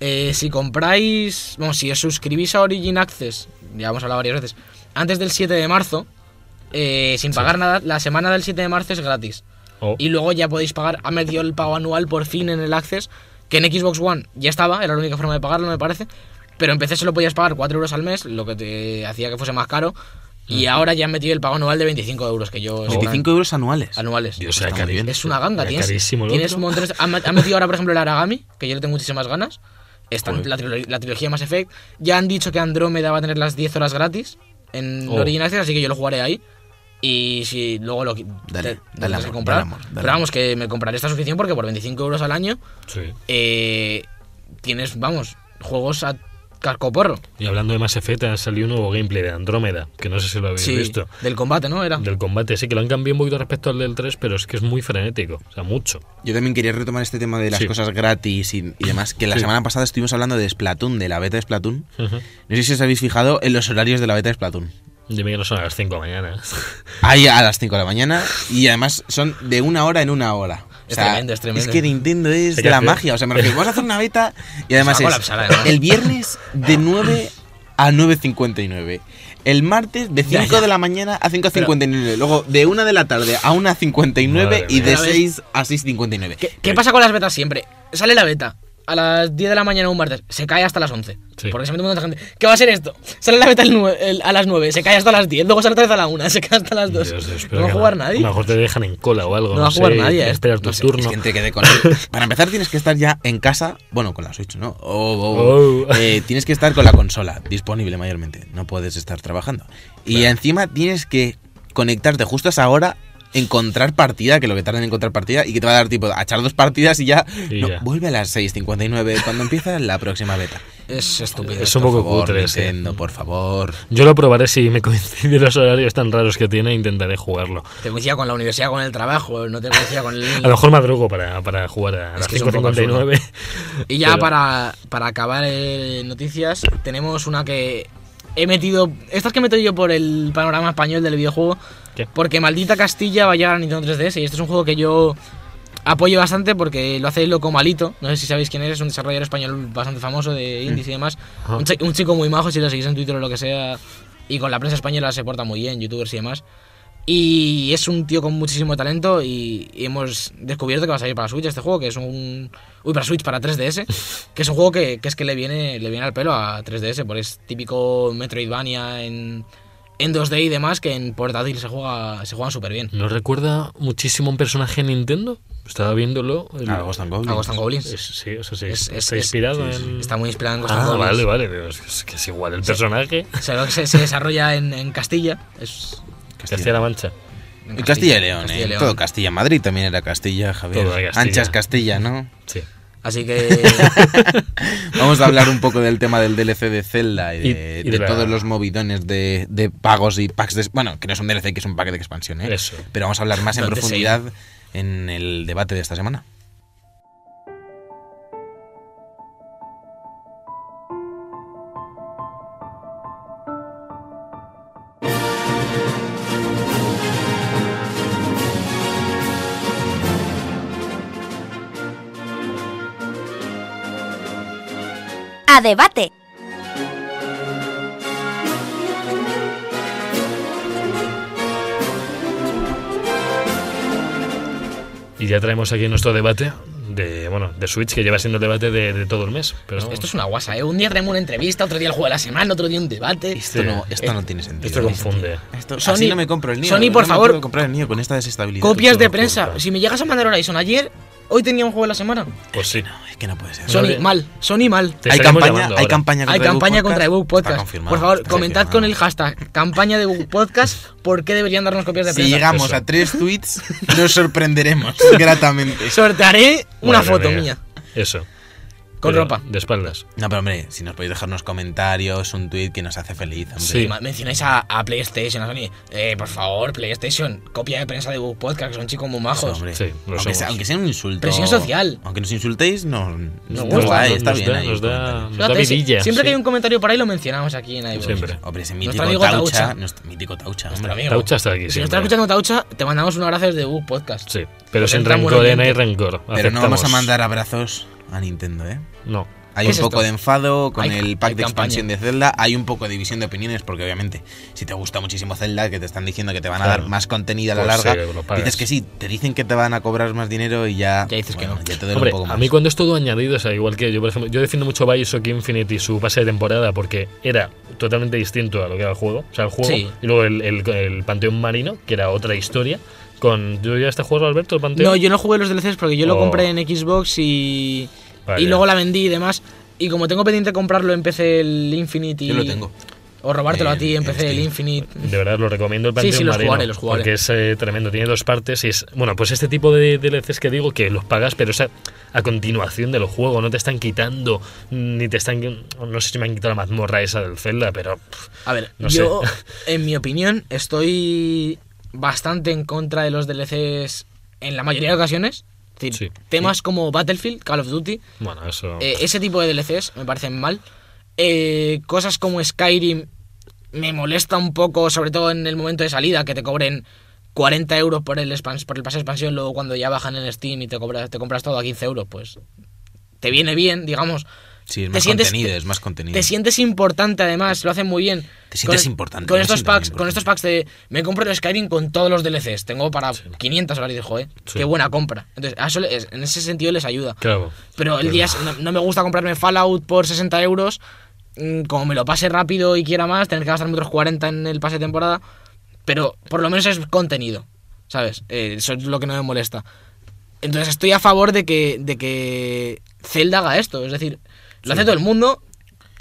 Speaker 3: eh, si compráis, bueno, si os suscribís a Origin Access, ya hemos hablado varias veces, antes del 7 de marzo, eh, sin pagar nada, la semana del 7 de marzo es gratis.
Speaker 1: Oh,
Speaker 3: Y luego ya podéis pagar, ha metido el pago anual por fin en el Access, que en Xbox One ya estaba, era la única forma de pagarlo, me parece. Pero en PC se lo podías pagar 4 euros al mes, lo que te hacía que fuese más caro. Y ahora ya han metido el pago anual de 25 euros, que yo...
Speaker 2: 25 euros anuales.
Speaker 3: anuales.
Speaker 1: Dios, era
Speaker 2: está muy
Speaker 1: cari-
Speaker 2: bien.
Speaker 3: Es una ganga,
Speaker 1: Era
Speaker 3: tienes.
Speaker 1: carísimo el
Speaker 3: tienes
Speaker 1: otro.
Speaker 3: montones- Han, han metido ahora, por ejemplo, el Aragami, que yo le tengo muchísimas ganas. Está en
Speaker 2: Joder.
Speaker 3: la, trilo- la trilogía Mass Effect. Ya han dicho que Andrómeda va a tener las 10 horas gratis en
Speaker 1: Oh.
Speaker 3: Origin Access, así que yo lo jugaré ahí. Y si luego lo qui-
Speaker 2: Dale,
Speaker 3: lo
Speaker 2: dale
Speaker 3: tienes que
Speaker 2: amor,
Speaker 3: comprar.
Speaker 2: dale amor, dale
Speaker 3: Pero vamos, que me compraré esta suscripción porque por 25 euros al año
Speaker 1: sí.
Speaker 3: eh, tienes, vamos, juegos a carcoporro.
Speaker 1: Y hablando de Mass Effect, ha salido un nuevo gameplay de Andrómeda, que no sé si lo habéis
Speaker 2: Pues
Speaker 3: Sí,
Speaker 1: visto.
Speaker 3: del combate, ¿no? Era.
Speaker 1: Del combate, sí que lo han cambiado un poquito respecto al del 3, pero es que es muy frenético, o sea, mucho.
Speaker 2: Yo también quería retomar este tema de las
Speaker 1: Sí.
Speaker 2: cosas gratis y, y demás, que la
Speaker 1: Sí.
Speaker 2: semana pasada estuvimos hablando de Splatoon, de la beta de Splatoon.
Speaker 1: Ujú.
Speaker 2: No sé si os habéis fijado en los horarios de la beta de Splatoon.
Speaker 1: Dime que no son a las 5 de la mañana.
Speaker 2: Hay a las 5 de la mañana y además son de una hora en una hora.
Speaker 3: Es tremendo, es tremendo.
Speaker 2: que Nintendo es
Speaker 1: Hay
Speaker 2: de
Speaker 1: que
Speaker 2: la
Speaker 1: hacer-
Speaker 2: magia. O sea, me refiero, vamos a hacer una beta y además
Speaker 3: Se va a
Speaker 2: es
Speaker 3: colapsar, además.
Speaker 2: el viernes de 9 a 9.59. El martes de 5
Speaker 3: Ya, ya.
Speaker 2: de la mañana a 5.59. Luego de 1 de la tarde a 1.59
Speaker 1: Madre
Speaker 2: y de
Speaker 3: mía.
Speaker 2: 6 a 6.59.
Speaker 3: ¿Qué, qué pasa con las betas siempre? Sale la beta a las 10 de la mañana un martes, se cae hasta las 11.
Speaker 1: Sí.
Speaker 3: Porque se mete un montón de gente. ¿Qué va a ser esto? Sale la beta el nue- el- a las 9, se cae hasta las 10, luego sale otra vez a la 1, se cae hasta las 2.
Speaker 1: Dios, Dios, pero
Speaker 3: no va a
Speaker 1: que
Speaker 3: jugar
Speaker 1: no-
Speaker 3: nadie.
Speaker 1: A lo mejor te dejan en cola o algo.
Speaker 3: No va a jugar
Speaker 1: sé,
Speaker 3: nadie,
Speaker 1: tienes que
Speaker 3: eh.
Speaker 1: Esperar tu
Speaker 3: No sé,
Speaker 1: turno.
Speaker 2: Pues Es que te quedé con él. Para empezar, tienes que estar ya en casa. Bueno, con la Switch, ¿no? O- o-
Speaker 1: Oh.
Speaker 2: eh, tienes que estar con la consola disponible mayormente. No puedes estar trabajando. Y encima tienes que conectarte justo a esa hora, encontrar partida, que lo que tarda en encontrar partida, y que te va a dar tipo a echar dos partidas y ya.
Speaker 1: Y
Speaker 2: no,
Speaker 1: ya.
Speaker 2: Vuelve a las 6.59 cuando empieza la próxima beta.
Speaker 3: Es estúpido.
Speaker 1: Es un
Speaker 2: Por
Speaker 1: poco
Speaker 2: favor,
Speaker 1: cutre, sí.
Speaker 2: Nintendo, por favor.
Speaker 1: Yo lo probaré si me coinciden los horarios tan raros que tiene, intentaré jugarlo.
Speaker 3: Te coincida con la universidad, con el trabajo, no te coincida con
Speaker 1: A
Speaker 3: el.
Speaker 1: lo mejor madrugo para, para jugar a
Speaker 3: Es
Speaker 1: las
Speaker 3: que es un poco
Speaker 1: 5.59.
Speaker 3: Y ya
Speaker 1: Pero-
Speaker 3: para, para acabar eh, noticias, tenemos una que he metido. Estas que he metido yo por el panorama español del videojuego.
Speaker 1: ¿Qué?
Speaker 3: Porque Maldita Castilla va a llegar a Nintendo 3DS. Y este es un juego que yo apoyo bastante porque lo hace Loco Malito. No sé si sabéis quién es, es un desarrollador español bastante famoso de indies y demás.
Speaker 1: Mm. Ajá.
Speaker 3: Un, chi- un chico muy majo, si lo seguís en Twitter o lo que sea. Y con la prensa española se porta muy bien, youtubers y demás. Y es un tío con muchísimo talento y, y hemos descubierto que va a salir para Switch este juego, que es un... Uy, para Switch, para 3DS, que es un juego que, que es que le viene, le viene al pelo a 3DS, porque es típico Metroidvania en, en 2D y demás, que en portátil se juega se juegan súper bien.
Speaker 1: ¿Nos recuerda muchísimo a un personaje en Nintendo? Estaba viéndolo. el-
Speaker 2: Ah, Ghost and Goblins.
Speaker 3: A Ghost and Goblins.
Speaker 1: Es- sí, eso sí.
Speaker 3: Es- es-
Speaker 1: está
Speaker 3: es-
Speaker 1: inspirado en.
Speaker 3: Está muy inspirado en Ghost and
Speaker 1: Ah,
Speaker 3: Goblins.
Speaker 1: vale, vale. pero Es es que es igual el personaje
Speaker 3: O sea, lo que se, se desarrolla en, en Castilla. Es,
Speaker 1: que hacía la mancha.
Speaker 3: en
Speaker 2: Y Castilla y León,
Speaker 3: Castilla y
Speaker 2: eh. Todo Castilla. Madrid también era Castilla, Javier.
Speaker 1: Todo era Castilla.
Speaker 2: Anchas Castilla, ¿no?
Speaker 1: Sí.
Speaker 3: Así que
Speaker 2: Vamos a hablar un poco del tema del DLC de Zelda y
Speaker 1: Y-
Speaker 2: de,
Speaker 1: y
Speaker 2: de
Speaker 1: de la-
Speaker 2: todos los movidones de, de pagos y packs de... Bueno, que no es un DLC, que es un pack de expansión, ¿eh?
Speaker 1: Eso.
Speaker 2: Pero vamos a hablar más en
Speaker 3: Donde
Speaker 2: profundidad en el debate de esta semana.
Speaker 4: a debate.
Speaker 1: Y ya traemos aquí nuestro debate de, bueno, de Switch, que lleva siendo el debate de, de todo el mes. Pero
Speaker 3: Esto es una guasa, ¿eh? Un día traemos una entrevista, otro día el juego de la semana, otro día un debate.
Speaker 2: Esto,
Speaker 1: Sí.
Speaker 2: no, esto no tiene sentido.
Speaker 1: Este- esto confunde.
Speaker 2: Esto,
Speaker 3: Sony-
Speaker 2: así no me compro el niño.
Speaker 3: Sony, por favor.
Speaker 2: No me puedo comprar el niño con esta desestabilidad.
Speaker 3: Copias
Speaker 1: esto
Speaker 3: de
Speaker 1: no
Speaker 3: prensa.
Speaker 1: cuenta.
Speaker 3: Si me llegas a mandar Horizon ayer, hoy tenía un juego de la semana.
Speaker 1: Pues sí.
Speaker 2: No, es que no puede ser.
Speaker 1: Sony-
Speaker 3: Sony, mal. Sony, mal.
Speaker 1: Te
Speaker 2: hay,
Speaker 1: estaremos
Speaker 2: campaña,
Speaker 1: llamando
Speaker 2: hay
Speaker 1: ahora.
Speaker 2: campaña contra
Speaker 3: Hay campaña
Speaker 2: Evoke
Speaker 3: contra Ebook
Speaker 2: Está
Speaker 3: Podcast.
Speaker 2: confirmado,
Speaker 3: Por favor,
Speaker 2: está
Speaker 3: comentad
Speaker 2: confirmado.
Speaker 3: con el hashtag campaña de Ebook Podcast por qué deberían darnos copias de
Speaker 2: Si
Speaker 3: prensa.
Speaker 2: llegamos
Speaker 1: Eso.
Speaker 2: a tres tweets, nos sorprenderemos gratamente.
Speaker 3: Sortearé una
Speaker 1: Madre
Speaker 3: foto
Speaker 1: mía.
Speaker 3: mía.
Speaker 1: Eso.
Speaker 3: Con
Speaker 1: Pero
Speaker 3: ropa.
Speaker 1: De espaldas.
Speaker 2: No, pero hombre, si nos podéis dejar unos comentarios, un tweet que nos hace feliz. Hombre.
Speaker 1: Sí.
Speaker 3: Y ma- Mencionáis a, a PlayStation, a Sony. Eh, por favor, PlayStation, copia de prensa de Ebook Podcast, que son chicos muy
Speaker 2: Eso,
Speaker 3: majos.
Speaker 2: hombre.
Speaker 1: Sí, lo
Speaker 2: aunque,
Speaker 1: somos.
Speaker 2: sea, aunque sea un insulto.
Speaker 3: Presión social.
Speaker 2: Aunque nos insultéis, no,
Speaker 3: Nos
Speaker 2: está
Speaker 3: gusta,
Speaker 2: guay,
Speaker 1: nos-
Speaker 2: está
Speaker 1: nos
Speaker 2: bien.
Speaker 1: da-
Speaker 2: ahí
Speaker 1: nos
Speaker 2: el
Speaker 1: da-
Speaker 2: comentario.
Speaker 1: Nos da
Speaker 3: Fíjate, si-
Speaker 1: vidilla,
Speaker 3: Siempre
Speaker 1: sí.
Speaker 3: que hay un comentario por ahí lo mencionamos aquí en iVoox.
Speaker 1: Siempre.
Speaker 2: Hombre, ese
Speaker 3: Nuestro
Speaker 2: mítico
Speaker 3: amigo
Speaker 2: Taucha,
Speaker 3: Taucha.
Speaker 2: nuestro mítico Taucha.
Speaker 3: Nuestro
Speaker 2: hombre.
Speaker 3: amigo.
Speaker 1: Taucha está aquí
Speaker 3: pues, Si
Speaker 1: siempre.
Speaker 3: nos está escuchando Taucha, te mandamos un abrazo desde Ebook Podcast.
Speaker 1: Sí. Pero
Speaker 3: Pues
Speaker 1: sin
Speaker 3: entra muy
Speaker 1: rencor, ¿eh?
Speaker 3: bien.
Speaker 1: No hay rencor.
Speaker 2: Pero no vamos a
Speaker 1: Aceptamos.
Speaker 2: mandar abrazos a Nintendo, ¿eh?
Speaker 1: No.
Speaker 2: Hay
Speaker 3: ¿Qué
Speaker 2: un
Speaker 3: es
Speaker 2: poco
Speaker 3: esto?
Speaker 2: de enfado con
Speaker 3: Hay-
Speaker 2: el pack
Speaker 3: hay
Speaker 2: de expansión
Speaker 3: campaña.
Speaker 2: de Zelda, hay un poco de división de opiniones, porque obviamente si te gusta muchísimo Zelda, que te están diciendo que te van a
Speaker 1: Claro.
Speaker 2: dar más contenido a la
Speaker 1: Pues sí,
Speaker 2: larga,
Speaker 1: que lo pagas.
Speaker 2: dices que sí, te dicen que te van a cobrar más dinero y ya,
Speaker 3: Ya dices que no.
Speaker 2: ya te duele
Speaker 1: Hombre,
Speaker 2: un poco
Speaker 1: a
Speaker 2: más.
Speaker 1: mí cuando es todo añadido, o sea, igual que yo, por ejemplo, yo defiendo mucho Bioshock Infinite y su pase de temporada porque era totalmente distinto a lo que era el juego. O sea, el juego
Speaker 3: Sí.
Speaker 1: y luego el, el- el Panteón Marino, que era otra historia. Con, ¿Yo ya este juego, Alberto, el Panteón?
Speaker 3: No, yo no jugué los DLCs porque yo
Speaker 1: Oh.
Speaker 3: lo compré en Xbox y.
Speaker 1: Vaya.
Speaker 3: Y luego la vendí y demás. Y como tengo pendiente comprarlo en PC el Infinite y.
Speaker 2: Yo lo tengo.
Speaker 3: O robártelo a
Speaker 1: Eh,
Speaker 3: ti
Speaker 2: En-
Speaker 3: en
Speaker 2: en
Speaker 3: PC el
Speaker 2: Steam.
Speaker 3: Infinite.
Speaker 1: De verdad, lo recomiendo el
Speaker 3: Sí,
Speaker 1: Panteón
Speaker 3: sí, los
Speaker 1: Marino,
Speaker 3: jugaré, los jugaré.
Speaker 1: Porque es eh, tremendo, tiene dos partes y es... Bueno, pues este tipo de DLCs que digo que los pagas, pero o sea, a continuación del juego, no te están quitando, ni te están... No sé si me han quitado la mazmorra esa del Zelda, pero... pff,
Speaker 3: A ver,
Speaker 1: No
Speaker 3: yo,
Speaker 1: sé.
Speaker 3: en mi opinión, estoy bastante en contra de los DLCs en la mayoría de ocasiones. Es decir,
Speaker 1: Sí.
Speaker 3: temas como Battlefield, Call of Duty,
Speaker 1: bueno, eso...
Speaker 3: eh, ese tipo de DLCs me parecen mal. Eh, cosas como Skyrim me molesta un poco, sobre todo en el momento de salida, que te cobren 40 euros por el, expans- por el pase de expansión, luego cuando ya bajan en Steam y te, cobras, te compras todo a 15 euros, pues te viene bien, digamos.
Speaker 2: Sí, es
Speaker 3: te
Speaker 2: más
Speaker 3: sientes-
Speaker 2: contenido, es más contenido.
Speaker 3: Te sientes importante, además, lo hacen muy bien.
Speaker 2: Te sientes importante,
Speaker 3: Con
Speaker 2: me
Speaker 3: estos,
Speaker 2: siento
Speaker 3: packs,
Speaker 2: muy
Speaker 3: con estos packs de. Me compro el Skyrim con todos los DLCs. Tengo para 500 horas de juego, ¿eh?
Speaker 1: Sí.
Speaker 3: Qué buena compra. Entonces, a eso le- es- en ese sentido les ayuda.
Speaker 1: Claro.
Speaker 3: Pero el día. No, no me gusta comprarme Fallout por 60 euros. mm, Como me lo pase rápido y quiera más, tener que gastarme otros 40 en el pase de temporada. Pero por lo menos es contenido, ¿sabes? Eh, eso es lo que no me molesta. Entonces estoy a favor de que, de que Zelda haga esto. Es decir, lo hace todo el mundo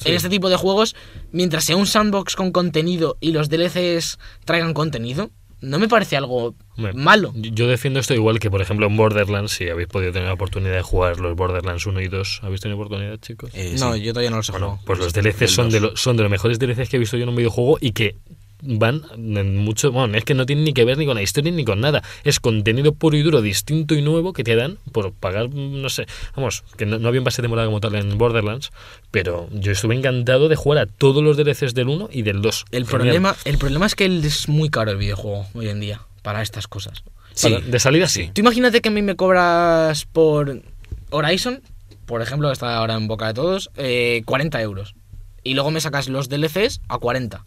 Speaker 3: en este tipo de juegos. Mientras sea un sandbox con contenido y los DLCs traigan contenido, no me parece algo
Speaker 1: Hombre,
Speaker 3: malo.
Speaker 1: Yo yo defiendo esto igual que, por ejemplo, en Borderlands, si habéis podido tener la oportunidad de jugar los Borderlands 1 y 2. ¿Habéis tenido oportunidad, chicos?
Speaker 2: Eh,
Speaker 3: no,
Speaker 2: sí.
Speaker 3: yo todavía no los he
Speaker 1: Bueno,
Speaker 3: jugado.
Speaker 1: pues los DLCs son de, lo- son de los mejores DLCs que he visto yo en un videojuego y que van en mucho... Bueno, es que no tienen ni que ver ni con la historia ni con nada. Es contenido puro y duro, distinto y nuevo que te dan por pagar, no sé... Vamos, que no, no había un pase de temporada como tal en Borderlands, pero yo estuve encantado de jugar a todos los DLCs del 1 y del 2.
Speaker 3: El
Speaker 1: Genial.
Speaker 3: problema, el problema es que el- es muy caro el videojuego hoy en día para estas cosas.
Speaker 2: Sí.
Speaker 1: Para- de salida sí.
Speaker 3: Tú imagínate que a mí me cobras por Horizon, por ejemplo, que está ahora en boca de todos, eh, 40 euros. Y luego me sacas los DLCs a 40.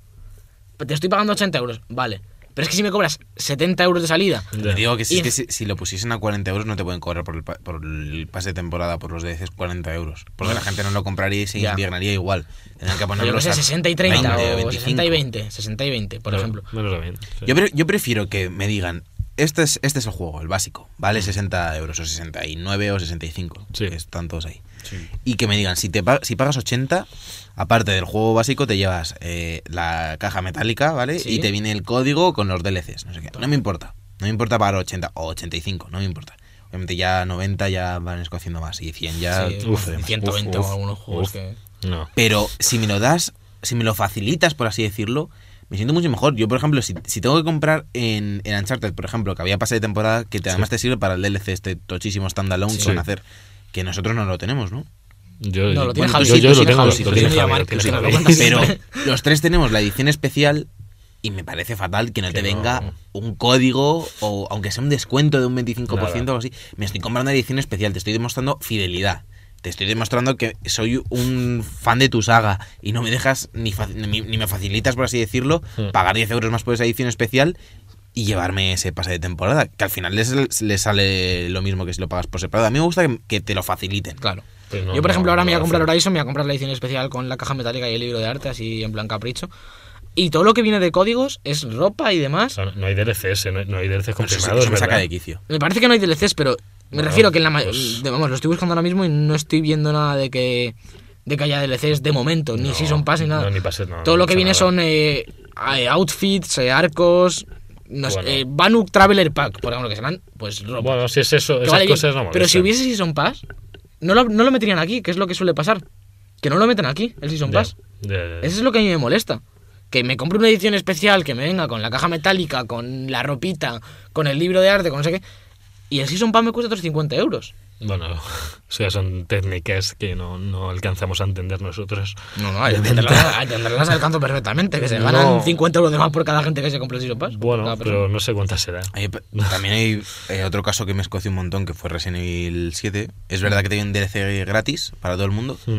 Speaker 3: Pero Te estoy pagando 80 euros, vale. Pero es que si me cobras 70 euros de salida,
Speaker 1: Ya.
Speaker 2: Te digo que, si,
Speaker 3: Y-
Speaker 2: es que si, si lo pusiesen a 40 euros no te pueden cobrar por el, pa- por el pase de temporada, por los DLCs 40 euros. Porque la gente no lo compraría y se
Speaker 3: Ya.
Speaker 2: indignaría igual. Tendrían que
Speaker 3: pues yo
Speaker 2: ponerlo
Speaker 3: que sé, 60 y 30 o 60 y
Speaker 2: 25.
Speaker 3: 20, 60 y 20, por
Speaker 1: Pero-
Speaker 3: ejemplo.
Speaker 1: menos lo bien, sí.
Speaker 2: Yo, pre- yo prefiero que me digan, este es, este es el juego, el básico, vale 60 euros o 69 o 65,
Speaker 1: Sí.
Speaker 2: que están todos ahí. Y que me digan, si, te pa- si pagas 80, aparte del juego básico, te llevas eh, la caja metálica, ¿vale?
Speaker 3: Sí.
Speaker 2: Y te viene el código con los DLCs, no sé qué. No me importa, no me importa pagar 80 o 85, no me importa. Obviamente ya 90 ya van escociendo más y 100 ya...
Speaker 3: Sí,
Speaker 2: no
Speaker 1: uf,
Speaker 2: podemos.
Speaker 3: 120
Speaker 2: Uf,
Speaker 3: o
Speaker 2: uf,
Speaker 3: algunos juegos
Speaker 1: uf.
Speaker 3: que...
Speaker 1: No.
Speaker 2: pero si me lo das, si me lo facilitas, por así decirlo, me siento mucho mejor. Yo, por ejemplo, si, si tengo que comprar en, en Uncharted, por ejemplo, que había pase de temporada, que te- además te sirve para el DLC, este tochísimo standalone que
Speaker 1: Sí.
Speaker 2: van a hacer, que nosotros no lo tenemos, ¿no?
Speaker 1: Yo,
Speaker 3: No, lo tiene
Speaker 1: bueno, pues
Speaker 3: Javi,
Speaker 1: yo, yo
Speaker 3: tú sí,
Speaker 1: lo tengo,
Speaker 3: Javi,
Speaker 1: lo
Speaker 3: tú
Speaker 1: tiene
Speaker 3: tienes
Speaker 1: Javi,
Speaker 3: llamar,
Speaker 1: lo tiene
Speaker 3: que lo
Speaker 1: Javi.
Speaker 3: cuentas.
Speaker 2: Pero
Speaker 3: siempre.
Speaker 2: los tres tenemos la edición especial y me parece fatal que no
Speaker 1: Que
Speaker 2: te
Speaker 1: no.
Speaker 2: venga un código o aunque sea un descuento de un 25% o algo así. Me estoy comprando la edición especial, te estoy demostrando fidelidad. te estoy demostrando que soy un fan de tu saga y no me dejas ni, fa- ni, ni me facilitas, por así decirlo,
Speaker 1: Hmm.
Speaker 2: pagar 10 euros más por esa edición especial y llevarme ese pase de temporada, que al final les, les sale lo mismo que si lo pagas por separado. A mí me gusta que, que te lo faciliten.
Speaker 3: Claro.
Speaker 1: Pues no,
Speaker 3: Yo, por
Speaker 1: no,
Speaker 3: ejemplo, ahora
Speaker 1: no
Speaker 3: me voy a
Speaker 1: lo
Speaker 3: comprar
Speaker 1: hacen.
Speaker 3: Horizon, me voy a comprar la edición especial con la caja metálica y el libro de arte, así en plan capricho. Y todo lo que viene de códigos es ropa y demás.
Speaker 1: O sea, no hay DLCs, eh, no, no hay DLCs
Speaker 2: Eso-
Speaker 1: confirmados,
Speaker 2: eso me
Speaker 1: ¿verdad?
Speaker 2: saca de quicio.
Speaker 3: Me parece que no hay DLCs, pero me
Speaker 1: Bueno,
Speaker 3: refiero que en la ma-
Speaker 1: pues-
Speaker 3: de- Vamos, lo estoy buscando ahora mismo y no estoy viendo nada de que, de que haya DLCs de momento, ni
Speaker 1: No,
Speaker 3: Season Pass ni nada.
Speaker 1: no, ni pases, no,
Speaker 3: todo
Speaker 1: no
Speaker 3: lo que
Speaker 1: pasa
Speaker 3: viene
Speaker 1: nada.
Speaker 3: son eh, a- eh, outfits, eh, arcos. No sé,
Speaker 1: Bueno.
Speaker 3: eh, Banuk Traveler Pack, por ejemplo, que serán pues ropa.
Speaker 1: Bueno, si es eso,
Speaker 3: Que
Speaker 1: esas
Speaker 3: vale bien,
Speaker 1: cosas no
Speaker 3: pero si
Speaker 1: molestan.
Speaker 3: hubiese Season Pass, no lo, no lo meterían aquí, que es lo que suele pasar. Que no lo meten aquí, el Season
Speaker 1: Ya,
Speaker 3: Pass.
Speaker 1: ya, ya, ya.
Speaker 3: Eso es lo que a mí me molesta. Que me compre una edición especial, que me venga con la caja metálica, con la ropita, con el libro de arte, con no sé qué. Y el Season Pass me cuesta otros 50 euros.
Speaker 1: Bueno, o sea, son técnicas que no, no alcanzamos a entender nosotros.
Speaker 3: No, no, hay
Speaker 1: De
Speaker 3: que
Speaker 1: venta.
Speaker 3: entenderlas, hay que entenderlas al canto perfectamente, que se
Speaker 1: No.
Speaker 3: ganan 50 euros de más por cada gente que se compra el Season Pass.
Speaker 1: Bueno,
Speaker 3: Cada persona.
Speaker 1: pero no sé cuántas será.
Speaker 2: Hay- Eh, también hay eh, otro caso que me escoció un montón, que fue Resident Evil 7. Es verdad que tenía un DLC gratis para todo el mundo,
Speaker 1: Mm.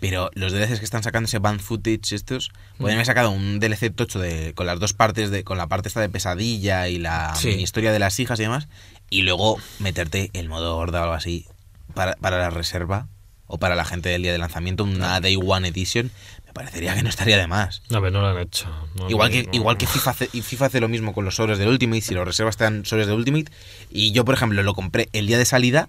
Speaker 2: pero los DLCs que están sacando, ese band footage, estos, podrían haber sacado un DLC tocho de, con las dos partes, de, con la parte esta de pesadilla y la
Speaker 3: Sí.
Speaker 2: mini historia de las hijas y demás, y luego meterte el modo horda o algo así para, para la reserva o para la gente del día de lanzamiento, una Day One Edition, me parecería que no estaría de más.
Speaker 1: A ver, no lo han hecho. No,
Speaker 2: Igual
Speaker 1: no,
Speaker 2: que,
Speaker 1: no.
Speaker 2: igual que FIFA, hace, y FIFA hace lo mismo con los sobres del Ultimate, si los reservas te dan sobres de Ultimate. Y yo, por ejemplo, lo compré el día de salida,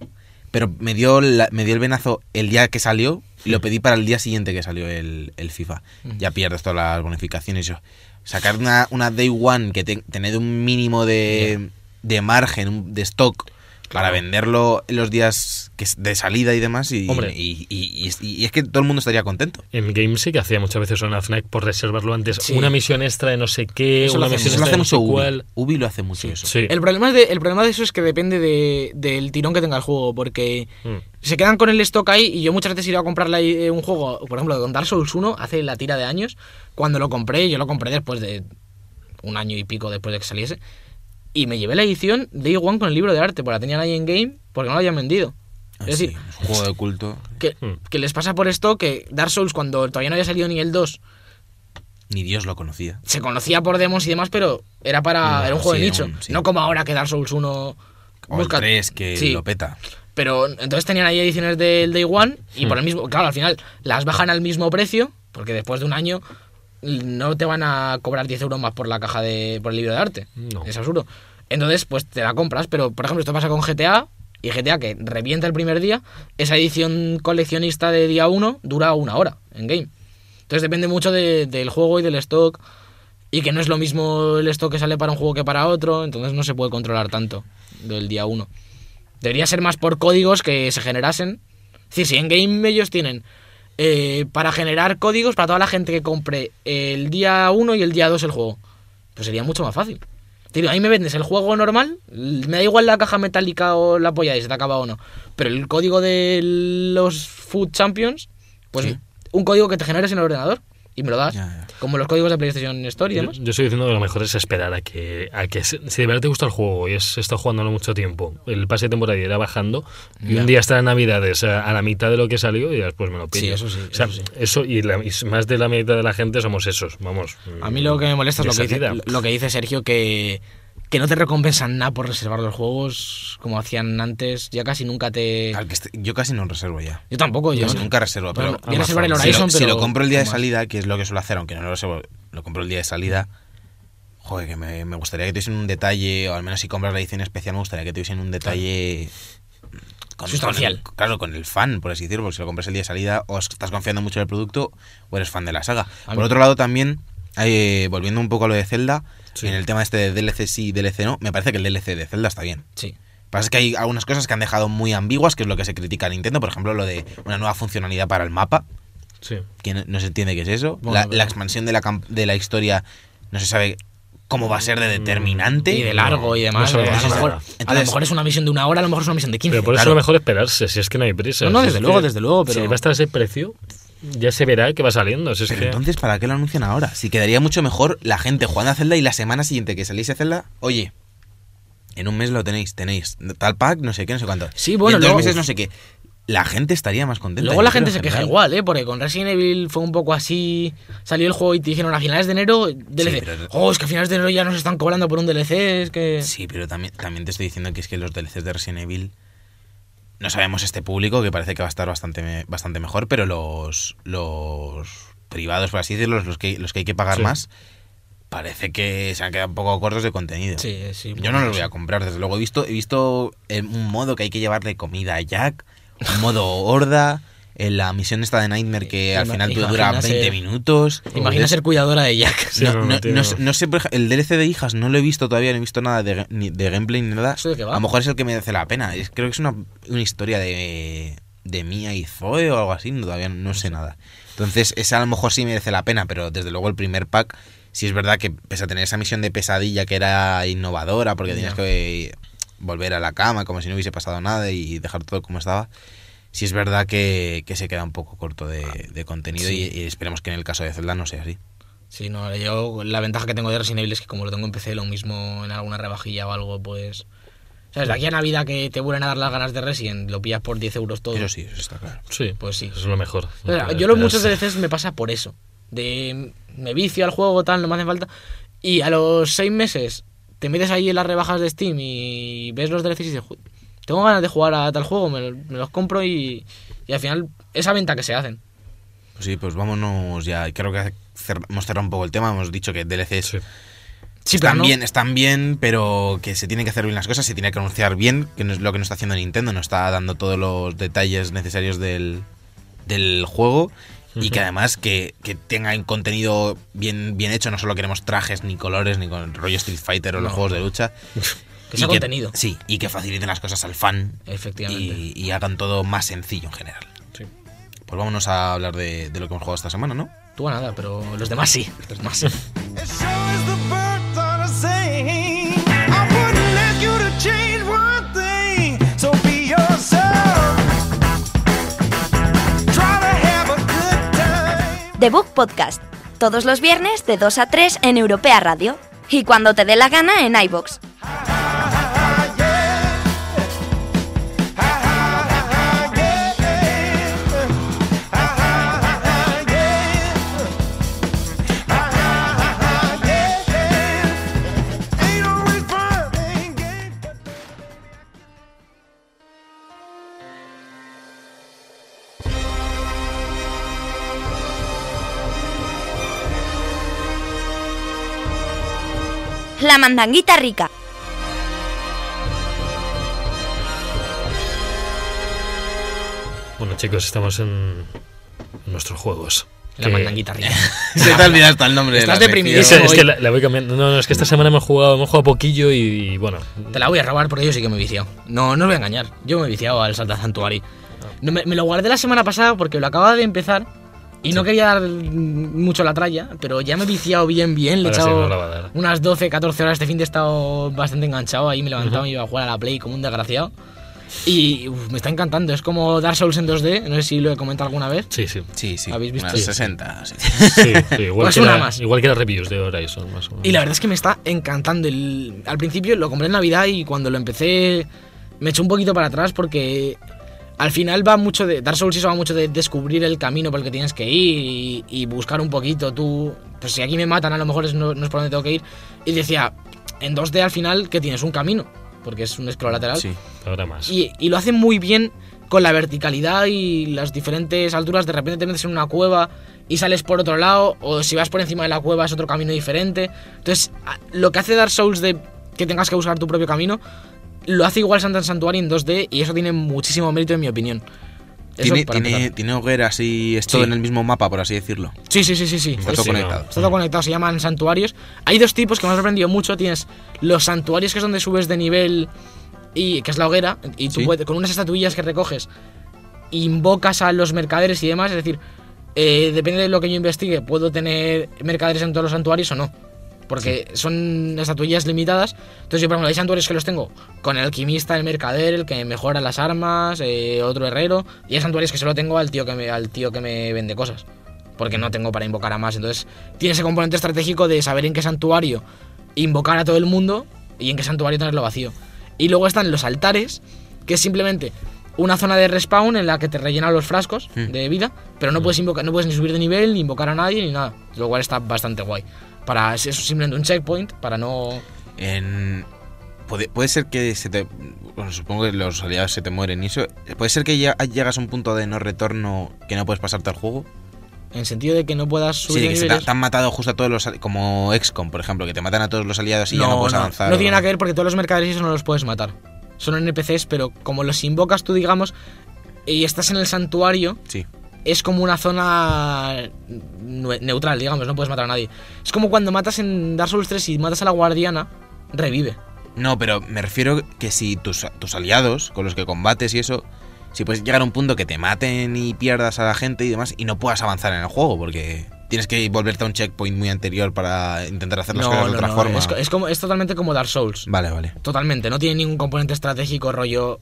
Speaker 2: pero me dio, la- me dio el venazo el día que salió y lo pedí para el día siguiente que salió el, el FIFA.
Speaker 1: Mm.
Speaker 2: Ya pierdes todas las bonificaciones. Yo. Sacar una, una Day One que te, tener un mínimo de, de margen, un- de stock. Para
Speaker 1: Claro.
Speaker 2: venderlo en los días que es de salida y demás, y,
Speaker 1: Hombre.
Speaker 2: y- y- y- y es que todo el mundo estaría contento.
Speaker 1: En Game sí que hacía muchas veces una Fnac por reservarlo antes.
Speaker 3: Sí.
Speaker 1: Una misión extra de no sé qué,
Speaker 3: Eso lo
Speaker 1: una
Speaker 3: hacen,
Speaker 1: misión
Speaker 2: Eso
Speaker 1: extra
Speaker 2: lo hace
Speaker 1: de no sé
Speaker 2: mucho Ubi.
Speaker 1: cuál.
Speaker 2: Ubi lo hace mucho eso.
Speaker 1: Sí.
Speaker 3: El problema, es de, el problema de eso es que depende de- del tirón que tenga el juego, porque
Speaker 1: Mm.
Speaker 3: se quedan con el stock ahí y yo muchas veces iba a comprar la- eh, un juego, por ejemplo, con Dark Souls 1, hace la tira de años, cuando lo compré, yo lo compré después de un año y pico después de que saliese, y me llevé la edición Day One con el libro de arte, porque la tenían ahí en game, porque no la habían vendido.
Speaker 2: Ah,
Speaker 3: Es decir,
Speaker 2: sí, un juego de culto.
Speaker 3: que,
Speaker 1: Hmm.
Speaker 3: que les pasa por esto que Dark Souls, cuando todavía no había salido ni el 2,
Speaker 2: Ni Dios lo conocía.
Speaker 3: se conocía por demos y demás, pero era para
Speaker 2: No,
Speaker 3: era un juego
Speaker 2: Hmm. sí,
Speaker 3: de
Speaker 2: era
Speaker 3: nicho,
Speaker 2: un- sí.
Speaker 3: no como ahora que Dark Souls 1...
Speaker 2: O
Speaker 3: busca-
Speaker 2: el 3, que
Speaker 3: Sí.
Speaker 2: lo peta.
Speaker 3: Pero entonces tenían ahí ediciones del Day One y por el mismo, claro, al final las bajan al mismo precio, porque después de un año no te van a cobrar 10 euros más por la caja de por el libro de arte.
Speaker 1: No.
Speaker 3: Es absurdo. Entonces, pues te la compras, pero por ejemplo, esto pasa con GTA y GTA que revienta el primer día, esa edición coleccionista de día 1 dura una hora en game. Entonces depende mucho de- del juego y del stock. Y que no es lo mismo el stock que sale para un juego que para otro, entonces no se puede controlar tanto del día 1. Debería ser más por códigos que se generasen. Es decir, si en game ellos tienen eh, para generar códigos para toda la gente que compre el día 1 y el día 2 el juego, pues sería mucho más fácil. Tío, ahí me vendes el juego normal, l- me da igual la caja metálica o la polla y se te acaba o no, pero el código de los Food Champions, pues
Speaker 2: Sí.
Speaker 3: un código que te generes en el ordenador y me lo das,
Speaker 2: Ya, ya.
Speaker 3: como los códigos de PlayStation Store y
Speaker 1: Yo,
Speaker 3: demás.
Speaker 1: yo estoy diciendo que lo mejor es esperar a que, a que se- si de verdad te gusta el juego y has estado jugándolo mucho tiempo, el pase de temporada irá bajando y un día estará en Navidades a, a la mitad de lo que salió y después me lo pillo.
Speaker 3: Sí, eso sí,
Speaker 1: O sea,
Speaker 3: eso sí.
Speaker 1: eso y, la- y más de la mitad de la gente somos esos, vamos.
Speaker 3: A mí lo que me molesta es
Speaker 1: de
Speaker 3: lo que, dice,
Speaker 1: salida.
Speaker 3: lo que dice Sergio, que, que no te recompensan nada por reservar los juegos como hacían antes. Ya casi nunca te...
Speaker 2: Al que este- yo casi no reservo ya.
Speaker 3: Yo tampoco, yo...
Speaker 2: Casi nunca reservo, pero
Speaker 3: Bueno, voy a reservar el
Speaker 1: Amazon.
Speaker 2: si, lo,
Speaker 3: Horizon,
Speaker 2: si
Speaker 3: pero...
Speaker 2: lo compro el día de
Speaker 3: más.
Speaker 2: salida, que es lo que suelo hacer, aunque no lo reservo, lo compro el día de salida. Joder, que me, me gustaría que tuviesen un detalle, o al menos si compras la edición especial, me gustaría que tuviesen un detalle. con-
Speaker 3: Sustancial.
Speaker 2: con el- claro, con el fan, por así decirlo, porque si lo compras el día de salida, o estás confiando mucho en el producto, o eres fan de la saga.
Speaker 3: A
Speaker 2: por
Speaker 3: mí-
Speaker 2: otro lado, también, eh, volviendo un poco a lo de Zelda,
Speaker 1: Sí.
Speaker 2: en el tema este de DLC sí y DLC no, me parece que el DLC de Zelda está bien.
Speaker 3: Sí.
Speaker 2: Pasa es que hay algunas cosas que han dejado muy ambiguas, que es lo que se critica a Nintendo, por ejemplo, lo de una nueva funcionalidad para el mapa,
Speaker 1: Sí.
Speaker 2: que no, no se entiende qué es eso.
Speaker 3: Bueno,
Speaker 2: la,
Speaker 3: pero-
Speaker 2: la expansión de la, camp- de la historia no se sabe cómo va a ser de determinante.
Speaker 3: Mm, Y de largo y
Speaker 1: No
Speaker 3: demás. a,
Speaker 1: sabemos
Speaker 3: lo
Speaker 1: nada.
Speaker 3: mejor, a lo
Speaker 2: Entonces-
Speaker 3: mejor es una misión de una hora, a lo mejor es una misión de 15.
Speaker 1: Pero por eso
Speaker 2: claro.
Speaker 1: lo mejor esperarse, si es que no hay prisa.
Speaker 3: No, no,
Speaker 1: Si
Speaker 3: desde
Speaker 1: es
Speaker 3: luego,
Speaker 1: que-
Speaker 3: desde luego, pero-
Speaker 1: Si va a estar ese precio, ya se verá que va saliendo. Si es
Speaker 2: Pero
Speaker 1: que-
Speaker 2: entonces, ¿para qué lo anuncian ahora? Si quedaría mucho mejor la gente jugando a Zelda y la semana siguiente que saliese Zelda, oye, en un mes lo tenéis, tenéis tal pack, no sé qué, no sé cuánto.
Speaker 3: Sí, bueno,
Speaker 2: Y en dos
Speaker 3: luego-
Speaker 2: meses no sé qué. la gente estaría más contenta.
Speaker 3: Luego
Speaker 2: yo
Speaker 3: la
Speaker 2: creo,
Speaker 3: gente
Speaker 2: en
Speaker 3: se queja
Speaker 2: general.
Speaker 3: igual, ¿eh? Porque con Resident Evil fue un poco así. Salió el juego y te dijeron a finales de enero DLC.
Speaker 2: pero-
Speaker 3: Oh, es que a finales de enero ya nos están cobrando por un DLC, es que.
Speaker 2: Sí, pero también, también te estoy diciendo que es que los DLCs de Resident Evil no sabemos este público, que parece que va a estar bastante, me- bastante mejor, pero los, los privados, por así decirlo, los que, los que hay que pagar
Speaker 1: Sí.
Speaker 2: más, parece que se han quedado un poco cortos de contenido.
Speaker 3: Sí, sí,
Speaker 2: Yo no los voy a comprar, desde luego. He visto, he visto eh, un modo que hay que llevarle comida a Jack, un modo horda, en la misión esta de Nightmare que al
Speaker 3: Ima-
Speaker 2: final dura
Speaker 3: imagina
Speaker 2: 20
Speaker 3: ser-
Speaker 2: minutos.
Speaker 3: Imagina
Speaker 2: Es-
Speaker 3: ser cuidadora de Jack.
Speaker 1: Sí,
Speaker 2: no,
Speaker 1: no,
Speaker 2: no-
Speaker 1: no tiene
Speaker 2: no
Speaker 1: nada.
Speaker 2: sé- no sé, por ej- el DLC de hijas no lo he visto todavía, no he visto nada de, ni de gameplay ni nada.
Speaker 3: ¿Eso de qué va?
Speaker 2: A lo mejor es el que me hace la pena. Es- creo que es una, una historia de, de Mia y Zoe o algo así, no, todavía no sé nada. Entonces, esa a lo mejor sí merece la pena, pero desde luego el primer pack, sí es verdad que pese a tener esa misión de pesadilla que era innovadora, porque tenías
Speaker 3: Ya.
Speaker 2: que eh, volver a la cama como si no hubiese pasado nada y dejar todo como estaba. Sí es verdad que, que se queda un poco corto de, de contenido
Speaker 3: Sí.
Speaker 2: y- y esperemos que en el caso de Zelda no sea así.
Speaker 3: Sí, no, yo la ventaja que tengo de Resident Evil es que como lo tengo en PC, lo mismo en alguna rebajilla o algo, pues. ¿Sabes? De aquí a Navidad que te vuelven a dar las ganas de Resident, lo pillas por 10 euros todo.
Speaker 2: Eso sí, eso está claro.
Speaker 1: Sí,
Speaker 3: Pues sí.
Speaker 1: Eso es lo mejor.
Speaker 3: O sea, yo lo muchas veces me pasa por eso. De me vicio al juego, tal, no me hace falta. Y a los seis meses te metes ahí en las rebajas de Steam y ves los DLCs y dices, "Ju- tengo ganas de jugar a tal juego, me, lo- me los compro y, y al final esa venta que se hacen.
Speaker 2: Pues sí, pues vámonos ya. Creo que cer- hemos cerrado un poco el tema. Hemos dicho que DLCs
Speaker 1: Sí.
Speaker 3: Sí,
Speaker 2: están,
Speaker 3: pero no.
Speaker 2: bien, están bien, pero que se tienen que hacer bien las cosas, se tiene que anunciar bien, que no es lo que no está haciendo Nintendo, no está dando todos los detalles necesarios del, del juego. Y que
Speaker 1: Ujú.
Speaker 2: además que, que tenga un contenido bien, bien hecho, no solo queremos trajes, ni colores, ni con rollo Street Fighter o los
Speaker 3: No.
Speaker 2: juegos de lucha.
Speaker 3: Que sea
Speaker 2: Y
Speaker 3: contenido.
Speaker 2: Sí, y que faciliten las cosas al fan
Speaker 3: Efectivamente.
Speaker 2: y, y hagan todo más sencillo en general.
Speaker 1: Sí.
Speaker 2: Pues vámonos a hablar de, de lo que hemos jugado esta semana, ¿no?
Speaker 3: Tú a nada, pero los demás sí. Los demás sí.
Speaker 5: It sure is the bird thought of saying I wouldn't let you to change one thing So be yourself Try to have a good time
Speaker 4: The Book Podcast. Todos los viernes de 2 a 3 en Europea Radio. Y cuando te dé la gana en iBox.
Speaker 5: Ah, yeah Ah, ah, ah, ah, yeah Ah, ah, ah, ah, yeah Ah, ah, ah, ah, yeah Ain't always fun in games, but
Speaker 4: La mandanguita rica.
Speaker 1: Bueno, chicos, estamos en nuestros juegos.
Speaker 3: La
Speaker 1: Que-
Speaker 3: mandanguita arriba.
Speaker 2: Se te ha olvidado hasta el nombre. de
Speaker 3: Estás
Speaker 2: la
Speaker 3: deprimido.
Speaker 1: Es,
Speaker 3: Eso
Speaker 2: sección.
Speaker 1: es
Speaker 3: hoy-
Speaker 1: que la, la voy cambiando. No, no, es que esta semana hemos jugado, hemos jugado poquillo y, y bueno.
Speaker 3: Te la voy a robar porque yo sí que me he viciado. No, no os voy a engañar. Yo me he viciado al Santa Santuari. No, me, me lo guardé la semana pasada porque lo acababa de empezar y no quería dar mm, mucho la tralla, pero ya me he viciado bien, bien. Le he
Speaker 1: Ahora sí,
Speaker 3: echado
Speaker 1: no la va a dar.
Speaker 3: unas 12, 14 horas. Este fin de he estado bastante enganchado. Ahí me levantaba y iba a jugar a la Play como un desgraciado. Y uf, me está encantando. Es como Dark Souls en 2D. No sé si lo he comentado alguna vez.
Speaker 1: Sí, sí.
Speaker 2: Sí, sí.
Speaker 3: ¿Habéis visto?
Speaker 2: unas
Speaker 3: Sí.
Speaker 2: 60. sí.
Speaker 1: Sí, sí, igual,
Speaker 3: Pues
Speaker 1: que
Speaker 3: una
Speaker 1: era-
Speaker 3: más.
Speaker 1: igual que las reviews de Horizon, más o menos.
Speaker 3: Y la verdad es que me está encantando. El- al principio lo compré en Navidad y cuando lo empecé me echó un poquito para atrás porque al final va mucho de... Dark Souls eso va mucho de descubrir el camino por el que tienes que ir y, y buscar un poquito tú... Pues si aquí me matan a lo mejor es- no, no es por donde tengo que ir. Y decía, en 2D al final que tienes un camino porque es un scroll lateral.
Speaker 2: Sí.
Speaker 1: Ahora más.
Speaker 3: Y, y lo hacen muy bien con la verticalidad y las diferentes alturas. De repente te metes en una cueva y sales por otro lado, o si vas por encima de la cueva es otro camino diferente. Entonces, a- lo que hace Dark Souls de que tengas que buscar tu propio camino, lo hace igual Santa Santuario en 2D y eso tiene muchísimo mérito en mi opinión. Eso
Speaker 2: Tiene,
Speaker 3: para
Speaker 2: tiene,
Speaker 3: empezar.
Speaker 2: tiene hogueras y es todo
Speaker 3: Sí.
Speaker 2: en el mismo mapa, por así decirlo.
Speaker 3: Sí, sí, sí, sí, sí.
Speaker 2: Está
Speaker 3: Es-
Speaker 1: Pues
Speaker 2: todo
Speaker 1: sí,
Speaker 2: conectado.
Speaker 3: Está todo conectado, se llaman santuarios. Hay dos tipos que me han sorprendido mucho. Tienes los santuarios, que es donde subes de nivel, y que es la hoguera, y tú
Speaker 2: Sí.
Speaker 3: puedes- con unas estatuillas que recoges, invocas a los mercaderes y demás. Es decir, eh, depende de lo que yo investigue, puedo tener mercaderes en todos los santuarios o no. Porque son estatuillas limitadas. Entonces, yo, por ejemplo, hay santuarios que los tengo con el alquimista, el mercader, el que mejora las armas, eh, otro herrero. Y hay santuarios que solo tengo al tío que me, al tío que me vende cosas porque no tengo para invocar a más. Entonces, tiene ese componente estratégico de saber en qué santuario invocar a todo el mundo y en qué santuario tenerlo vacío. Y luego están los altares, que es simplemente una zona de respawn en la que te rellenan los frascos
Speaker 2: Hmm.
Speaker 3: de vida, pero no puedes invocar, no puedes ni subir de nivel, ni invocar a nadie, ni nada. Lo cual está bastante guay. Para es simplemente un checkpoint, para no.
Speaker 2: En- Puede, puede ser que se te. bueno, supongo que los aliados se te mueren y eso. Puede ser que ya llegas a un punto de no retorno que no puedes pasarte al juego.
Speaker 3: En sentido de que no puedas
Speaker 2: Sí,
Speaker 3: subir
Speaker 2: de
Speaker 3: de
Speaker 2: que se te,
Speaker 3: niveles.
Speaker 2: te han matado justo a todos los. ali- Como XCOM, por ejemplo, que te matan a todos los aliados y ya no puedes avanzar.
Speaker 3: No tiene nada que ver porque todos los mercaderes y eso no los puedes matar. Son NPCs, pero como los invocas tú, digamos, y estás en el santuario,
Speaker 2: Sí.
Speaker 3: es como una zona nue- neutral, digamos, no puedes matar a nadie. Es como cuando matas en Dark Souls 3 y matas a la guardiana, revive.
Speaker 2: No, pero me refiero que si tus, tus aliados, con los que combates y eso, si puedes llegar a un punto que te maten y pierdas a la gente y demás, y no puedas avanzar en el juego, porque tienes que volverte a un checkpoint muy anterior para intentar hacer las cosas de otra forma.
Speaker 3: Es, co- es como, es totalmente como Dark Souls.
Speaker 2: Vale, vale.
Speaker 3: Totalmente, no tiene ningún componente estratégico, rollo.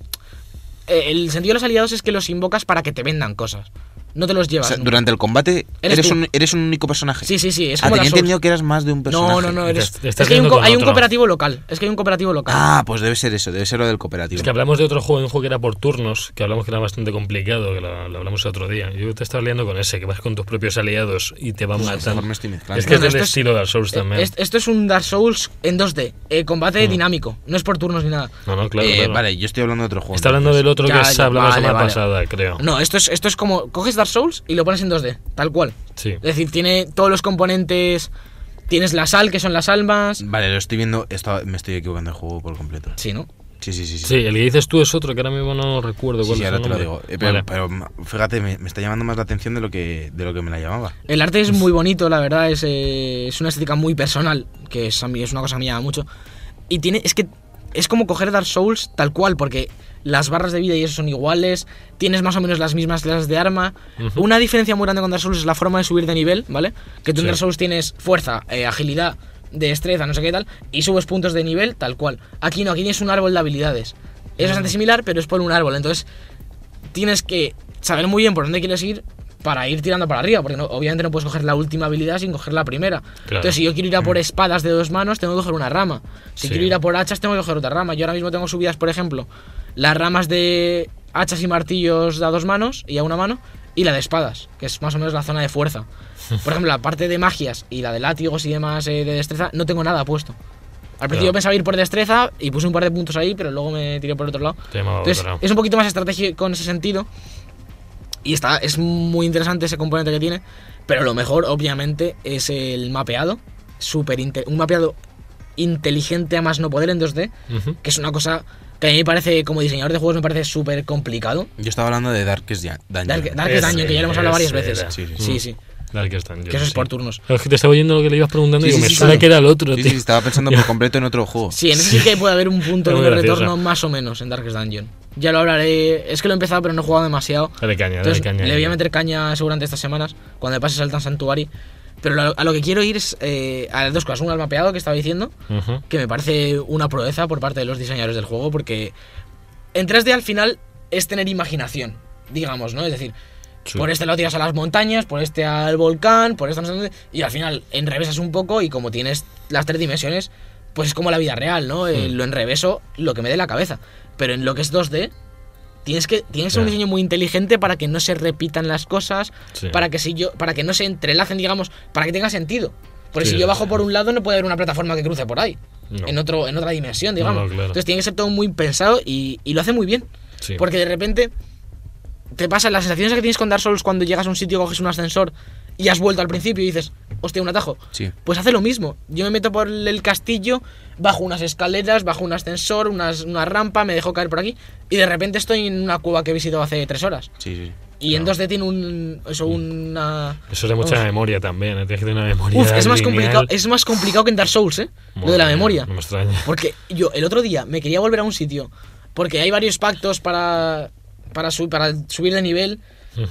Speaker 3: Eh, El sentido de los aliados es que los invocas para que te vendan cosas. No te los
Speaker 2: O
Speaker 3: llevas.
Speaker 2: sea,
Speaker 3: nunca.
Speaker 2: durante el combate
Speaker 3: Eres
Speaker 2: eres,
Speaker 3: tú.
Speaker 2: un, eres un único personaje.
Speaker 3: Sí, sí, sí, es
Speaker 2: ah,
Speaker 3: como
Speaker 2: tenía
Speaker 3: Dark Souls.
Speaker 2: entendido que eras más de un personaje.
Speaker 3: No, no, no, eres.
Speaker 1: Te- te estás
Speaker 3: es que hay un,
Speaker 1: viendo
Speaker 3: co-
Speaker 1: con
Speaker 3: hay un
Speaker 1: otro.
Speaker 3: cooperativo local. Es que hay un cooperativo local.
Speaker 2: Ah, pues debe ser eso, debe ser lo del cooperativo. Pues
Speaker 1: Es que hablamos de otro juego, de un juego que era por turnos, que hablamos que era bastante complicado, que lo, lo hablamos otro día. Yo te estaba liando con ese, que vas con tus propios aliados y te van
Speaker 2: Pues, a lo
Speaker 1: matando.
Speaker 2: mejor me estoy mezclando.
Speaker 1: Es que es
Speaker 3: Bueno,
Speaker 1: del
Speaker 3: esto es-
Speaker 1: estilo Dark Souls también. Mm.
Speaker 3: Eh, es- esto es un Dark Souls en 2D, eh, combate dinámico, no es por turnos ni nada.
Speaker 1: No, no, claro,
Speaker 2: Eh,
Speaker 1: claro.
Speaker 2: Vale, yo estoy hablando de otro juego.
Speaker 1: Está hablando del otro
Speaker 3: Ya,
Speaker 1: que se
Speaker 3: ya,
Speaker 1: hablaba la
Speaker 3: vale,
Speaker 1: semana
Speaker 3: vale.
Speaker 1: pasada, creo.
Speaker 3: No, esto es, esto es como. Coges Dark Souls y lo pones en 2D, tal cual.
Speaker 1: Sí.
Speaker 3: Es decir, tiene todos los componentes. Tienes la sal, que son las almas.
Speaker 2: Vale, lo estoy viendo, esto- me estoy equivocando del juego por completo.
Speaker 3: Sí, ¿no?
Speaker 2: Sí, sí, sí. sí.
Speaker 1: Sí, el que dices tú es otro, que ahora mismo no recuerdo
Speaker 2: Sí,
Speaker 1: cuál
Speaker 2: sí,
Speaker 1: es el
Speaker 2: ahora te lo
Speaker 1: nombre.
Speaker 2: digo. Eh, pero,
Speaker 1: Vale.
Speaker 2: pero, ma- fíjate, me, me está llamando más la atención de lo que, de lo que me la llamaba.
Speaker 3: El arte es muy bonito, la verdad, es, eh, es una estética muy personal, que es, a mí- es una cosa que me llama mucho. Y tiene, es que es como coger Dark Souls tal cual, porque las barras de vida y eso son iguales, tienes más o menos las mismas clases de arma.
Speaker 1: Ujú.
Speaker 3: Una diferencia muy grande con Dark Souls es la forma de subir de nivel, ¿vale? Que tú en
Speaker 1: Sí.
Speaker 3: Dark Souls tienes fuerza, eh, agilidad, destreza, no sé qué tal, y subes puntos de nivel tal cual. Aquí no, aquí tienes un árbol de habilidades. Es bastante similar, pero es por un árbol, entonces tienes que saber muy bien por dónde quieres ir para ir tirando para arriba, porque no- obviamente no puedes coger la última habilidad sin coger la primera. Entonces, si yo quiero ir a por espadas de dos manos, tengo que coger una rama. Si
Speaker 1: Sí.
Speaker 3: quiero ir a por hachas, tengo que coger otra rama. Yo ahora mismo tengo subidas, por ejemplo, las ramas de hachas y martillos a dos manos y a una mano, y la de espadas, que es más o menos la zona de fuerza. Por ejemplo, la parte de magias y la de látigos y demás eh, de destreza, no tengo nada puesto. Al principio
Speaker 1: Claro.
Speaker 3: pensaba ir por destreza y puse un par de puntos ahí, pero luego me tiré por el otro lado.
Speaker 1: Te llamaba
Speaker 3: Entonces,
Speaker 1: otra.
Speaker 3: es un poquito más estratégico en ese sentido. Y está, es muy interesante ese componente que tiene. Pero lo mejor, obviamente, es el mapeado. Súper inte- un mapeado inteligente a más no poder en 2D.
Speaker 1: Ujú.
Speaker 3: Que es una cosa que a mí me parece, como diseñador de juegos, me parece súper complicado.
Speaker 2: Yo estaba hablando de Darkest Dun- Dungeon.
Speaker 3: Dark- Darkest
Speaker 1: Ese
Speaker 3: Dungeon, que ya lo hemos hablado varias
Speaker 1: era.
Speaker 3: veces.
Speaker 2: Sí, sí,
Speaker 3: sí.
Speaker 1: Mm. Darkest Dungeon,
Speaker 3: Que eso es
Speaker 1: sí.
Speaker 3: por turnos.
Speaker 1: Es que te estaba oyendo lo que le ibas preguntando y digo,
Speaker 2: Sí, sí,
Speaker 1: me
Speaker 2: sí,
Speaker 1: suena
Speaker 2: sí.
Speaker 1: que era el otro,
Speaker 2: Sí,
Speaker 1: tío.
Speaker 2: sí, estaba pensando por completo en otro juego.
Speaker 3: Sí, en ese sí que puede haber un punto
Speaker 1: Es muy
Speaker 3: de
Speaker 1: graciosa.
Speaker 3: retorno más o menos en Darkest Dungeon. Ya lo hablaré. Es que lo he empezado, pero no he jugado demasiado.
Speaker 1: Dale caña, dale
Speaker 3: Entonces,
Speaker 1: caña.
Speaker 3: le voy a meter caña seguramente estas semanas, cuando me pases al Tan Santuari. Pero lo- a lo que quiero ir es eh, a las dos cosas. Uno al mapeado que estaba diciendo,
Speaker 1: Ujú.
Speaker 3: que me parece una proeza por parte de los diseñadores del juego, porque en 3D al final es tener imaginación, digamos, ¿no? Es decir,
Speaker 1: Sí.
Speaker 3: por este lado tiras a las montañas, por este al volcán, por esta no sé dónde, y al final enrevesas un poco y como tienes las tres dimensiones, pues es como la vida real, ¿no? Eh,
Speaker 1: Mm.
Speaker 3: Lo enreveso lo que me dé la cabeza. Pero en lo que es 2D, tienes que tienes que ser un
Speaker 1: Ya.
Speaker 3: diseño muy inteligente para que no se repitan las cosas,
Speaker 1: Sí.
Speaker 3: para que si yo para que no se entrelacen, digamos, para que tenga sentido. Porque
Speaker 1: Sí,
Speaker 3: si yo
Speaker 1: sí,
Speaker 3: bajo
Speaker 1: sí.
Speaker 3: por un lado no puede haber una plataforma que cruce por ahí.
Speaker 1: No.
Speaker 3: En otro en otra dimensión, digamos.
Speaker 1: no, claro.
Speaker 3: Entonces tiene que ser todo muy pensado y, y lo hace muy bien.
Speaker 1: Sí.
Speaker 3: Porque de repente te pasan las sensaciones que tienes con Dark Souls cuando llegas a un sitio, coges un ascensor y has vuelto al principio y dices, hostia, un atajo.
Speaker 2: Sí.
Speaker 3: Pues hace lo mismo. Yo me meto por el castillo, bajo unas escaleras, bajo un ascensor, unas- una rampa, me dejo caer por aquí y de repente estoy en una cueva que he visitado hace tres horas.
Speaker 2: Sí, sí.
Speaker 3: Y en 2D tiene un. Eso,
Speaker 1: Mm.
Speaker 3: una.
Speaker 1: Eso es de mucha
Speaker 3: vamos.
Speaker 1: memoria también, ¿eh? tienes que tener una memoria.
Speaker 3: Uf, es más,
Speaker 1: lineal.
Speaker 3: complicado, es más complicado que en Dark Souls, ¿eh? Lo de la
Speaker 1: Madre mía,
Speaker 3: memoria.
Speaker 1: No me extraña.
Speaker 3: Porque yo el otro día me quería volver a un sitio. Porque hay varios pactos para, para, su- para subir de nivel.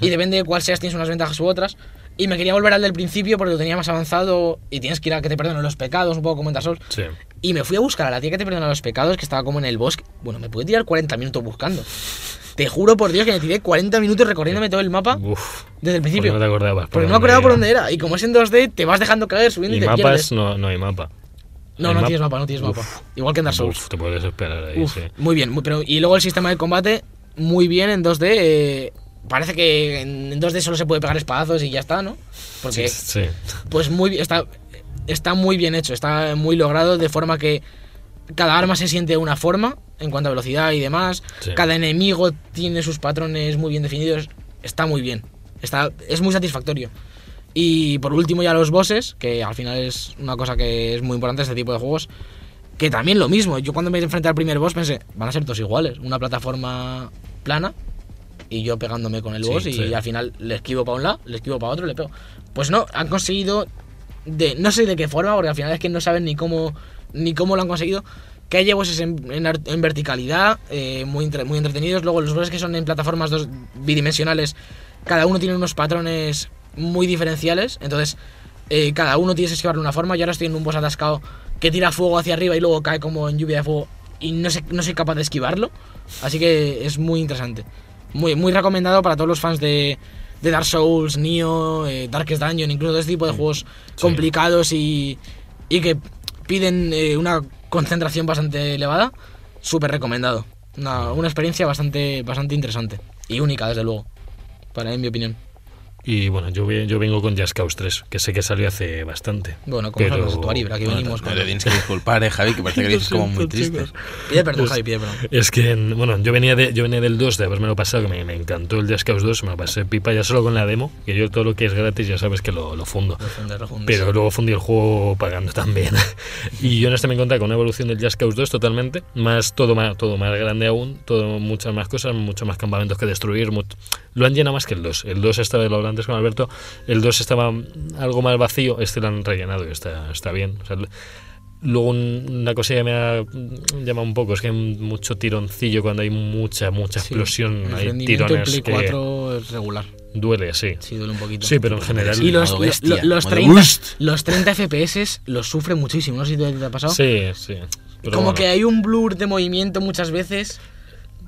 Speaker 3: Y depende de cuál seas, tienes unas ventajas u otras. Y me quería volver al del principio porque lo tenía más avanzado. Y tienes que ir a que te perdonen los pecados, un poco como en Dark Souls.
Speaker 1: Sí.
Speaker 3: Y me fui a buscar a la tía que te perdona los pecados, que estaba como en el bosque. Bueno, me pude tirar 40 minutos buscando. Te juro por Dios que me tiré 40 minutos recorriéndome todo el mapa
Speaker 1: Uf.
Speaker 3: desde el principio.
Speaker 1: Pues no te acordabas? ¿Por
Speaker 3: Porque no me
Speaker 1: dónde
Speaker 3: acordaba por
Speaker 1: era?
Speaker 3: dónde era. Y como es en 2D, te vas dejando caer, subiendo y,
Speaker 1: Y
Speaker 3: te
Speaker 1: mapas,
Speaker 3: pierdes.
Speaker 1: no, no hay mapa.
Speaker 3: No,
Speaker 1: ¿Hay
Speaker 3: no
Speaker 1: mapa?
Speaker 3: tienes mapa, no tienes
Speaker 1: Uf.
Speaker 3: mapa. Igual que en Dark Souls.
Speaker 1: Uf, te puedes esperar ahí,
Speaker 3: Uf,
Speaker 1: sí.
Speaker 3: Muy bien, muy- pero, y luego el sistema de combate muy bien en 2D. eh, parece que en en 2D solo se puede pegar espadazos y ya está, ¿no? Porque
Speaker 1: Sí.
Speaker 3: pues muy bien- está está muy bien hecho, está muy logrado de forma que cada arma se siente de una forma en cuanto a velocidad y demás.
Speaker 1: Sí.
Speaker 3: Cada enemigo tiene sus patrones muy bien definidos, está muy bien. Está es muy satisfactorio. Y por último ya los bosses, que al final es una cosa que es muy importante en este tipo de juegos, que también lo mismo. Yo cuando me enfrenté al primer boss pensé, van a ser todos iguales, una plataforma plana y yo pegándome con el
Speaker 1: Sí,
Speaker 3: boss y
Speaker 1: sí.
Speaker 3: al final le esquivo para un lado, le esquivo para otro, le pego. Pues no, han conseguido de no sé de qué forma, porque al final es que no saben ni cómo ni cómo lo han conseguido. Que hay bosses en, en ar- en verticalidad, eh, muy, entre- muy entretenidos. Luego los bosses que son en plataformas dos- bidimensionales, cada uno tiene unos patrones muy diferenciales. Entonces, eh, cada uno tienes que esquivar de una forma. Yo ahora estoy en un boss atascado que tira fuego hacia arriba y luego cae como en lluvia de fuego y no, sé, no soy capaz de esquivarlo. Así que es muy interesante. Muy, muy recomendado para todos los fans de, de Dark Souls, Nioh, eh, Darkest Dungeon, incluso todo este tipo de juegos complicados y, y que piden eh, una concentración bastante elevada. Súper recomendado. Una, una experiencia bastante, bastante interesante y única, desde luego. Para en mi opinión.
Speaker 1: Y bueno, yo, vi- yo vengo con Just Cause 3, que sé que salió hace bastante.
Speaker 3: Bueno, como
Speaker 1: Pero-
Speaker 3: sabes tu Ari, pero aquí
Speaker 1: Bueno,
Speaker 3: venimos
Speaker 2: No
Speaker 3: con.
Speaker 2: te tienes que disculpar, eh, Javi, que parece que eres como muy triste.
Speaker 3: Pide
Speaker 1: Pues
Speaker 3: perdón, Javi, pide perdón.
Speaker 1: Es que, bueno, yo venía, de, yo venía del 2 de haberme lo pasado, que me, me encantó el Just Cause 2, me lo pasé pipa ya solo con la demo, que yo todo lo que es gratis ya sabes que lo, lo fundo.
Speaker 3: Refunde, refunde.
Speaker 1: Pero luego fundí el juego pagando también. y yo en este me encontré con una evolución del Just Cause 2 totalmente, más todo más, todo más grande aún, todo muchas más cosas, muchos más campamentos que destruir. much- Lo han llenado más que el 2. El 2 estaba, lo hablé antes con Alberto, el 2 estaba algo más vacío, este lo han rellenado y está, está bien. O sea, Luego un- una cosa que me ha mm, llamado un poco es que hay mucho tironcillo cuando hay mucha, mucha
Speaker 3: Sí,
Speaker 1: explosión,
Speaker 3: el
Speaker 1: hay
Speaker 3: rendimiento en
Speaker 1: tirones
Speaker 3: Play
Speaker 1: que
Speaker 3: 4 es regular.
Speaker 1: duele, sí.
Speaker 3: Sí, duele un poquito.
Speaker 1: Sí, pero en general...
Speaker 3: Y los,
Speaker 2: Modo
Speaker 3: lo-
Speaker 2: bestia,
Speaker 3: lo- los
Speaker 2: modo
Speaker 3: 30,
Speaker 2: boost.
Speaker 3: los 30 FPS los sufre muchísimo. No sé si te, te ha pasado.
Speaker 1: Sí, sí. pero
Speaker 3: Como
Speaker 1: bueno.
Speaker 3: que hay un blur de movimiento muchas veces.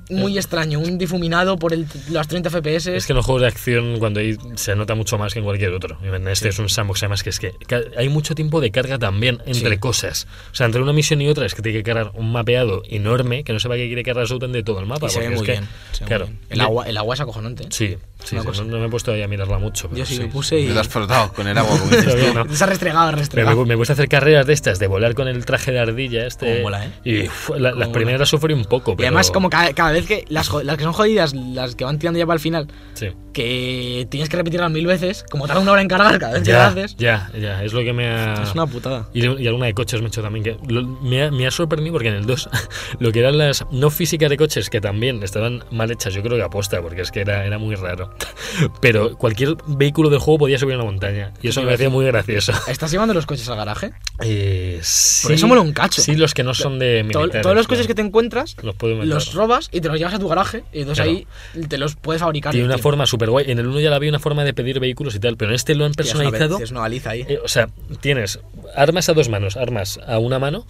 Speaker 3: Muy extraño, un difuminado por el, los 30 FPS.
Speaker 1: Eh. Es que en los juegos de acción, cuando hay, se nota mucho más que en cualquier otro. En este es un sandbox, además, que es que ca- hay mucho tiempo de carga también entre
Speaker 3: Sí.
Speaker 1: cosas. O sea, entre una misión y otra es que tiene que cargar un mapeado enorme que no sepa que quiere cargar absolutamente todo el mapa.
Speaker 3: y se ve
Speaker 1: porque es
Speaker 3: muy
Speaker 1: que-
Speaker 3: bien. se ve muy
Speaker 1: claro.
Speaker 3: bien. El, agua, el agua es acojonante. ¿eh?
Speaker 1: Sí, sí,
Speaker 3: Una
Speaker 1: sí,
Speaker 3: cosa.
Speaker 1: no, no me he puesto ahí a mirarla mucho. pero
Speaker 3: Yo sí,
Speaker 1: sí,
Speaker 3: me puse y.
Speaker 2: Te lo has frotado con el agua, como dices
Speaker 1: Todavía
Speaker 2: tú.
Speaker 1: no.
Speaker 3: Se ha restregado, ha
Speaker 1: Pero
Speaker 3: restregado.
Speaker 1: me, me gusta hacer carreras de estas, de volar con el traje de ardilla. Este,
Speaker 3: Cómo mola, ¿eh?
Speaker 1: Y uf, la- las
Speaker 3: mola.
Speaker 1: primeras sufrí un poco.
Speaker 3: Y
Speaker 1: Pero,
Speaker 3: además, como cada, cada vez que las, jo- las que son jodidas, las que van tirando ya para el final,
Speaker 1: Sí.
Speaker 3: que tienes que repetirlas mil veces, como tarda una hora en cargar cada vez que la
Speaker 1: Ya,
Speaker 3: haces,
Speaker 1: ya, ya, es lo que me ha.
Speaker 3: es una putada.
Speaker 1: Y, y alguna de coches me he hecho también. Que lo- me, ha, me ha sorprendido porque en el 2, lo que eran las no físicas de coches, que también estaban mal hechas, yo creo que aposta, porque es que era, era muy raro. Pero cualquier vehículo del juego podía subir a la montaña. Y eso me parecía muy gracioso.
Speaker 3: ¿Estás llevando los coches al garaje?
Speaker 1: Eh, sí,
Speaker 3: Por eso mola un cacho.
Speaker 1: Sí, los que no son de
Speaker 3: Todo-
Speaker 1: militares,
Speaker 3: todos los
Speaker 1: claro.
Speaker 3: coches que te encuentras
Speaker 1: Los puedo inventar.
Speaker 3: los robas y te los llevas a tu garaje y entonces ahí te los puedes fabricar.
Speaker 1: Tiene una
Speaker 3: tío.
Speaker 1: forma súper guay. En el 1 ya la vi una forma de pedir vehículos y tal, pero en este lo han
Speaker 3: Tío, es una
Speaker 1: personalizado.
Speaker 3: vez- Es una baliza ahí.
Speaker 1: Eh, o sea, tienes armas a dos manos, armas a una mano,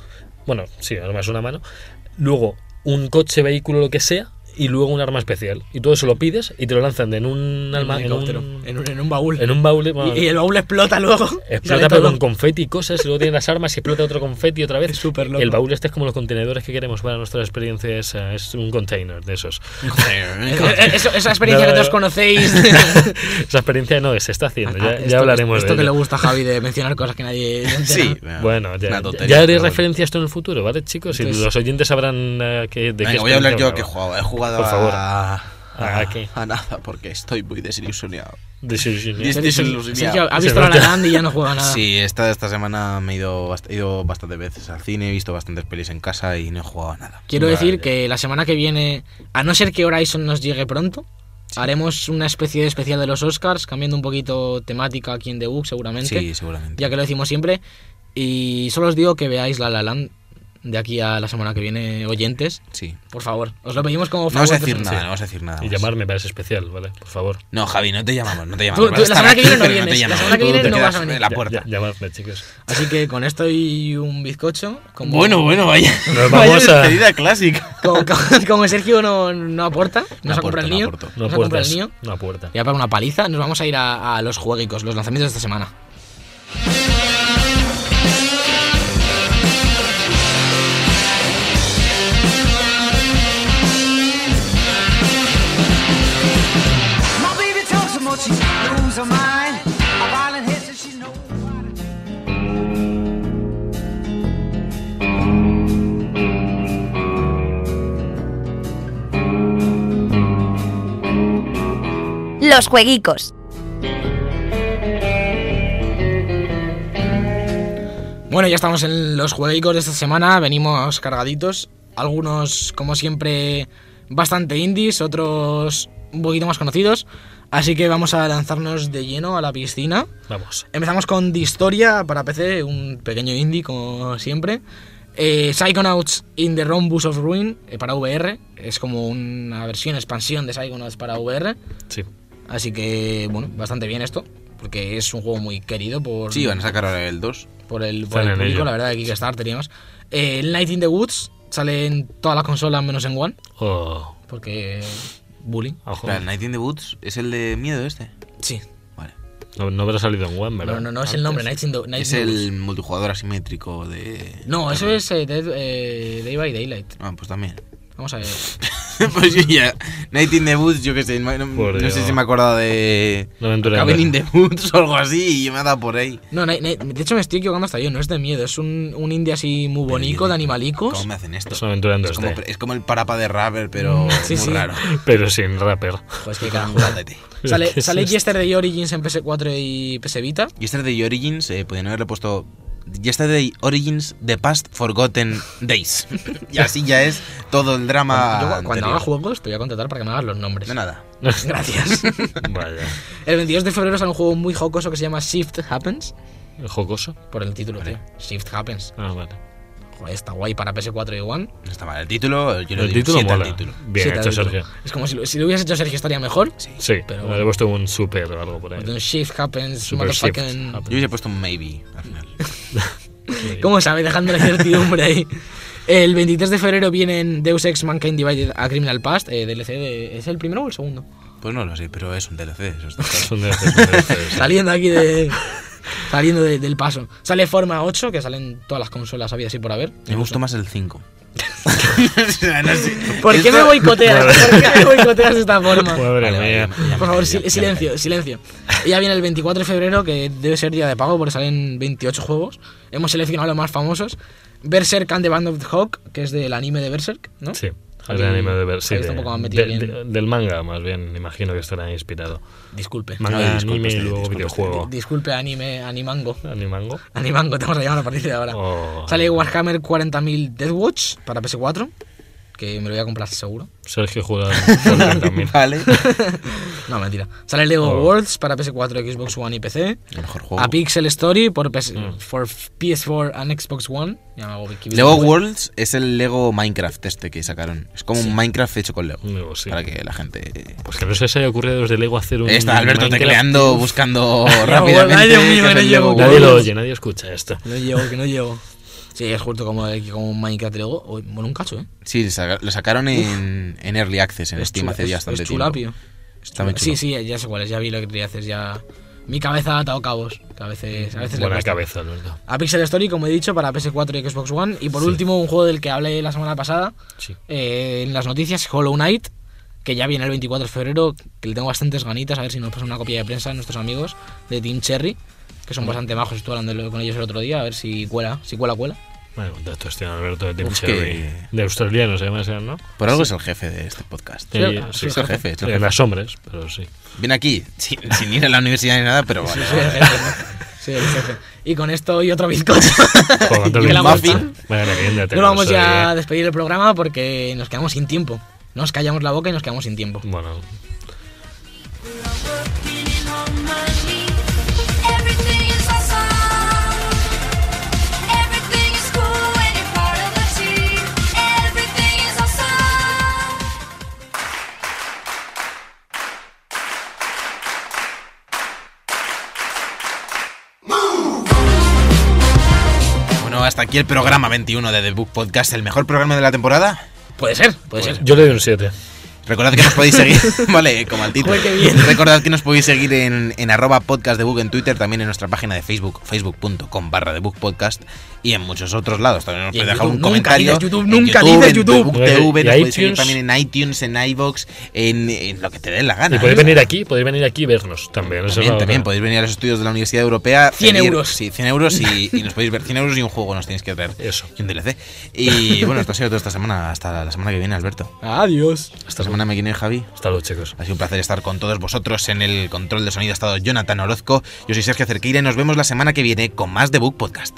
Speaker 1: bueno, sí, armas a una mano, luego un coche, vehículo, lo que sea, y luego un arma especial. Y todo eso lo pides y te lo lanzan en un alma, en
Speaker 3: helicóptero,
Speaker 1: un,
Speaker 3: en un- en un baúl.
Speaker 1: en un baúl. bueno,
Speaker 3: y, y el baúl explota luego. y sale
Speaker 1: Explota pero
Speaker 3: todo.
Speaker 1: con confeti y cosas, y luego tienes las armas y explota otro confeti otra vez.
Speaker 3: Es súper loco.
Speaker 1: El baúl este es como los contenedores que queremos para nuestra experiencia, es, eh, es un container de esos.
Speaker 3: Eh, eh, eso- esa experiencia
Speaker 1: No,
Speaker 3: que todos
Speaker 1: no.
Speaker 3: conocéis.
Speaker 1: Esa experiencia no se está haciendo, ya,
Speaker 3: Ah,
Speaker 1: ya
Speaker 3: esto-
Speaker 1: hablaremos
Speaker 3: Esto
Speaker 1: de
Speaker 3: que le
Speaker 1: ello.
Speaker 3: gusta a Javi de mencionar cosas que nadie. se
Speaker 2: Sí,
Speaker 3: entera.
Speaker 1: Bueno, ya,
Speaker 2: una
Speaker 1: ya-
Speaker 2: tontería,
Speaker 1: ya haré
Speaker 2: pero bueno.
Speaker 1: referencia a esto en el futuro, ¿vale, chicos? Y
Speaker 3: Entonces-
Speaker 1: los oyentes sabrán eh, que, de qué
Speaker 2: Venga, voy a hablar yo que he
Speaker 1: experiencia
Speaker 2: jugado. He jugado
Speaker 1: Por favor.
Speaker 2: a...
Speaker 1: hablaba. ¿A qué?
Speaker 2: a nada, porque estoy muy desilusionado.
Speaker 1: Desilusionado.
Speaker 2: Estoy
Speaker 3: Sergio,
Speaker 2: desilusionado.
Speaker 3: ha
Speaker 1: Se
Speaker 3: visto la
Speaker 1: nota.
Speaker 3: La Land y ya no juega nada.
Speaker 2: Sí, esta, esta semana me he ido, bast- he ido bastantes veces al cine, he visto bastantes pelis en casa y no he jugado a nada.
Speaker 3: Quiero
Speaker 1: Vale.
Speaker 3: decir que la semana que viene, a no ser que Horizon nos llegue pronto, haremos una especie de especial de los Oscars, cambiando un poquito temática aquí en The Book, seguramente.
Speaker 2: Sí, seguramente.
Speaker 3: ya que lo decimos siempre. Y solo os digo que veáis La La Land de aquí a la semana que viene, oyentes.
Speaker 2: Sí.
Speaker 3: Por favor, os lo pedimos como
Speaker 2: No vas
Speaker 3: favor.
Speaker 2: a decir
Speaker 3: personal.
Speaker 2: nada, no vas a decir nada.
Speaker 1: Y
Speaker 2: más.
Speaker 1: llamarme para ese especial, ¿vale? Por favor.
Speaker 2: No, Javi, no te llamamos, no
Speaker 3: Tú-
Speaker 2: te
Speaker 3: tú
Speaker 2: llamamos. Vas a
Speaker 3: la
Speaker 2: estar
Speaker 3: semana que viene
Speaker 2: aquí,
Speaker 3: no vienes, la
Speaker 2: pero te llamamos.
Speaker 3: semana que
Speaker 2: Tú
Speaker 3: viene
Speaker 2: te
Speaker 3: no
Speaker 2: quedas
Speaker 3: vas a venir.
Speaker 2: En la puerta.
Speaker 1: Ya- llamadme, chicos.
Speaker 3: Así que con esto y un bizcocho. Como,
Speaker 2: Bueno, bueno, vaya.
Speaker 1: Nos
Speaker 2: vaya
Speaker 1: vamos a-
Speaker 2: despedida clásica.
Speaker 3: Como, como- como Sergio no, no aporta,
Speaker 2: No
Speaker 3: no se compra
Speaker 2: aporto,
Speaker 3: el
Speaker 2: no
Speaker 3: niño.
Speaker 2: aporto.
Speaker 1: No
Speaker 3: se compra el
Speaker 1: puertas.
Speaker 3: niño.
Speaker 1: No puerta.
Speaker 3: Ya para una paliza, nos vamos a ir a, a los jueguicos, los lanzamientos de esta semana.
Speaker 5: She's lose her mind. A violent hit, so she knows. what it-
Speaker 4: Los jueguicos.
Speaker 3: Bueno, ya estamos en los juegos de esta semana, venimos cargaditos. Algunos, como siempre, bastante indies, otros un poquito más conocidos. Así que vamos a lanzarnos de lleno a la piscina.
Speaker 1: Vamos.
Speaker 3: Empezamos con Distoria para PC, un pequeño indie como siempre. Eh, Psychonauts in the Rhombus of Ruin eh, para VR. Es como una versión, expansión de Psychonauts para VR.
Speaker 1: Sí.
Speaker 3: Así que, bueno, bastante bien esto. Porque es un juego muy querido por,
Speaker 2: Sí, van a sacar ahora el 2.
Speaker 3: por el, por
Speaker 1: Están
Speaker 3: el
Speaker 1: en
Speaker 3: público,
Speaker 1: ello.
Speaker 3: la verdad, de Kickstarter y demás. Eh, el Night in the Woods sale en todas las consolas menos en One.
Speaker 1: Oh,
Speaker 3: Porque. Bullying.
Speaker 1: ojo.
Speaker 2: Espera, Night in the Woods es el de miedo este.
Speaker 3: Sí.
Speaker 2: Vale.
Speaker 1: No, no habrá salido en One, ¿verdad?
Speaker 3: No, no, no es el nombre, Night in the, Night
Speaker 2: Es
Speaker 3: in the Woods.
Speaker 2: el multijugador asimétrico de.
Speaker 3: No, eso es eh, Dead- eh, Day by Daylight.
Speaker 2: Ah, pues también.
Speaker 3: Vamos a ver.
Speaker 2: pues yo ya. Night in the Woods, yo qué sé. No, no-
Speaker 1: Por
Speaker 2: no
Speaker 1: Dios.
Speaker 2: sé si me he acordado de.
Speaker 1: Una aventura
Speaker 2: Cabin
Speaker 1: en-
Speaker 2: in the Woods o algo así y me ha dado por ahí.
Speaker 3: No, na- na- de hecho me estoy equivocando hasta yo, no es de miedo, es un, un indie así muy bonico de
Speaker 2: ¿Cómo
Speaker 3: animalicos.
Speaker 2: me hacen esto?
Speaker 1: Es una aventura en
Speaker 2: Es como,
Speaker 1: 2D.
Speaker 2: es como el parapa de rapper, pero
Speaker 3: Mm, Sí,
Speaker 2: muy
Speaker 3: sí.
Speaker 2: raro.
Speaker 1: Pero sin rapper.
Speaker 3: Pues qué carajo.
Speaker 2: Júgatete.
Speaker 1: ¿Qué
Speaker 3: Sale,
Speaker 1: es
Speaker 3: sale
Speaker 1: esto?
Speaker 3: Yesterday Origins en PS4 y PS Vita.
Speaker 2: Yesterday Origins, eh, podrían haberle puesto Yesterday Origins The Past Forgotten Days. y así ya es todo el
Speaker 3: Yo, cu-
Speaker 2: drama.
Speaker 3: cuando
Speaker 2: Ah, anterior.
Speaker 3: haga juegos te voy a contratar para que me hagas los nombres.
Speaker 2: No, nada.
Speaker 3: Gracias.
Speaker 1: Vaya.
Speaker 3: El 22 de febrero sale un juego muy jocoso que se llama Shift Happens.
Speaker 1: ¿Jocoso?
Speaker 3: Por el título, tío. Shift Happens.
Speaker 1: Ah, vale.
Speaker 3: Joder, está guay para PS4 y One.
Speaker 2: No está mal el título. Yo le
Speaker 1: El
Speaker 2: doy un
Speaker 1: título
Speaker 2: 7 al
Speaker 1: mola.
Speaker 2: título.
Speaker 1: Bien
Speaker 3: Sí, te
Speaker 1: hecho,
Speaker 3: lo digo.
Speaker 1: Sergio.
Speaker 3: Es como si lo, si lo hubieses hecho Sergio estaría mejor.
Speaker 1: Sí,
Speaker 3: Pero
Speaker 1: pero
Speaker 3: bueno.
Speaker 1: le he puesto un super o algo por ahí.
Speaker 3: Un Shift Happens,
Speaker 1: Super shift.
Speaker 3: motherfucking-
Speaker 1: Ah,
Speaker 2: Yo hubiese puesto un maybe al final.
Speaker 1: sí.
Speaker 3: ¿Cómo sabe? Dejando la incertidumbre ahí. El 23 de febrero vienen Deus Ex Mankind Divided a Criminal Past, eh, DLC de- ¿Es el primero o el segundo?
Speaker 2: Pues no lo sé, pero es un DLC. Eso está claro.
Speaker 1: Son de hacer- de hacer-
Speaker 3: Saliendo aquí de... Saliendo de- del paso. Sale Forma 8, que salen todas las consolas habidas y por haber.
Speaker 2: me gustó más el 5. O sea, no sé.
Speaker 3: ¿Por qué
Speaker 2: Esto-
Speaker 3: me boicoteas? ¿Por qué me boicoteas de esta forma?
Speaker 1: Madre
Speaker 2: Vale, vale,
Speaker 1: mía.
Speaker 2: ya me- ya me
Speaker 3: Por favor,
Speaker 2: callo, ya
Speaker 3: sil-
Speaker 2: me
Speaker 3: silencio,
Speaker 2: callo.
Speaker 3: silencio. Y ya viene el 24 de febrero, que debe ser día de pago porque salen 28 juegos. Hemos seleccionado los más famosos. Berserk and the Band of the Hawk, que es del anime de Berserk, ¿no?
Speaker 1: Sí.
Speaker 3: Javi-
Speaker 1: El anime de ver, sí,
Speaker 3: Javi está un
Speaker 1: de-
Speaker 3: poco más metido
Speaker 1: de-
Speaker 3: en-
Speaker 1: de- del manga más bien, imagino que estará inspirado.
Speaker 3: Disculpe.
Speaker 1: Manga,
Speaker 2: Ay, disculpa,
Speaker 1: anime y
Speaker 2: estoy-
Speaker 1: luego
Speaker 2: disculpa, este,
Speaker 1: videojuego.
Speaker 3: Disculpe, anime, animango.
Speaker 1: ¿Animango?
Speaker 3: Animango, te vamos a llamar a partir de ahora.
Speaker 1: Oh.
Speaker 3: Sale Warhammer 40.000 Deathwatch para PS4, que me lo voy a comprar seguro.
Speaker 1: Sergio Jurado. 40.000.
Speaker 2: Vale.
Speaker 3: No, mentira. Sale Lego
Speaker 1: Oh.
Speaker 3: Worlds para PS4, Xbox One y PC.
Speaker 2: El mejor juego.
Speaker 3: A Pixel Story por PS
Speaker 1: Mm.
Speaker 3: for PS4 and Xbox One. Ya me hago wiki-
Speaker 2: Lego Worlds es el Lego Minecraft este que sacaron. Es como un Minecraft hecho con Lego.
Speaker 1: Luego sí.
Speaker 2: Para que la gente.
Speaker 1: Pues que no se les haya ocurrido desde Lego hacer un.
Speaker 2: Ahí está Alberto
Speaker 1: Minecraft.
Speaker 2: tecleando, buscando
Speaker 3: Ay,
Speaker 2: rápidamente.
Speaker 3: Dios mío,
Speaker 2: que es
Speaker 3: no
Speaker 2: el
Speaker 3: llego.
Speaker 2: Lego
Speaker 1: Nadie lo
Speaker 2: Worlds.
Speaker 1: oye, nadie escucha esto.
Speaker 3: No llego, que no llego. Sí, es justo como, eh, como un Minecraft Lego. O- Bueno, un cacho, ¿eh?
Speaker 2: Sí, saca- lo sacaron en, en Early Access, en Steam,
Speaker 3: chula-
Speaker 2: hace ya bastante
Speaker 3: es
Speaker 2: tiempo.
Speaker 3: chulapio.
Speaker 2: Está muy
Speaker 3: Sí,
Speaker 2: chulo.
Speaker 3: sí, ya sé cuál es, ya vi lo que quería hacer, ya... Mi cabeza ha atado cabos, que a veces, a veces le
Speaker 1: Buena
Speaker 3: cuesta.
Speaker 1: cabeza, Alberto.
Speaker 3: A Pixel Story, como he dicho, para PS4 y Xbox One. Y por último, un juego del que hablé la semana pasada,
Speaker 1: Sí.
Speaker 3: eh, en las noticias, Hollow Knight, que ya viene el 24 de febrero, que le tengo bastantes ganitas, a ver si nos pasa una copia de prensa a nuestros amigos de Team Cherry, que son bastante majos, estuve hablando con ellos el otro día, a ver si cuela, si cuela, cuela.
Speaker 1: Bueno, contacto este Alberto de Tim
Speaker 2: Uf,
Speaker 1: Cherry.
Speaker 2: que-
Speaker 1: De australianos, además, eran, ¿no?
Speaker 2: Por algo es el jefe de este podcast.
Speaker 1: Sí,
Speaker 3: Sí,
Speaker 1: sí.
Speaker 2: es el jefe. es el
Speaker 1: En
Speaker 2: jefe.
Speaker 1: las hombres, pero sí.
Speaker 2: Viene aquí sin, sin ir a la universidad ni nada, pero vale.
Speaker 3: Sí, el jefe, sí, el jefe. Y con esto y otro bizcocho.
Speaker 1: Joder,
Speaker 3: Y
Speaker 1: Antonio,
Speaker 3: la
Speaker 1: muffin.
Speaker 3: muffin.
Speaker 1: Vaya merienda, te
Speaker 3: No vamos
Speaker 1: consta,
Speaker 3: ya a
Speaker 1: eh.
Speaker 3: despedir el programa porque nos quedamos sin tiempo. Nos callamos la boca y nos quedamos sin tiempo.
Speaker 1: Bueno,
Speaker 6: Everything is awesome. Everything is cool when you're part of the team. Everything is awesome.
Speaker 3: eh.
Speaker 2: Bueno, hasta aquí el programa 21 de The Book Podcast, el mejor programa de la temporada.
Speaker 3: Pues Puede ser, puede ser.
Speaker 1: yo le doy un 7.
Speaker 2: Recordad que nos podéis seguir. vale, como al título.
Speaker 3: Joder, qué bien.
Speaker 2: Recordad que nos podéis seguir en, en arroba podcast de Book en Twitter, también en nuestra página de Facebook, facebook.com barra de Book Podcast y en muchos otros lados. También nos
Speaker 3: Y en
Speaker 2: podéis dejar
Speaker 3: YouTube,
Speaker 2: un
Speaker 3: nunca
Speaker 2: comentario.
Speaker 3: digas YouTube,
Speaker 2: en
Speaker 3: nunca digas
Speaker 2: en
Speaker 3: YouTube.
Speaker 2: Book TV,
Speaker 1: Y
Speaker 2: nos podéis seguir
Speaker 1: iTunes.
Speaker 2: también en iTunes, en iVoox, en, en lo que te dé la gana.
Speaker 1: Y podéis
Speaker 2: ¿no?
Speaker 1: venir aquí, podéis venir aquí y vernos también. eso es
Speaker 2: También,
Speaker 1: la
Speaker 2: también
Speaker 1: otra.
Speaker 2: podéis venir a los estudios de la Universidad Europea.
Speaker 3: 100
Speaker 2: pedir-
Speaker 3: euros.
Speaker 2: Sí, 100 euros y, y nos podéis ver 100 euros y un juego nos tenéis que traer.
Speaker 1: Eso.
Speaker 2: Y un DLC. Y bueno, esto ha sido todo esta semana. Hasta la semana que viene, Alberto.
Speaker 3: Adiós.
Speaker 1: Hasta
Speaker 2: Esta
Speaker 1: luego.
Speaker 2: semana me guiné Javi.
Speaker 1: Hasta luego, chicos.
Speaker 2: Ha sido un placer estar con todos vosotros en el control de sonido. Ha estado Jonathan Orozco. Yo soy Sergio Cerqueira y nos vemos la semana que viene con más The Book Podcast.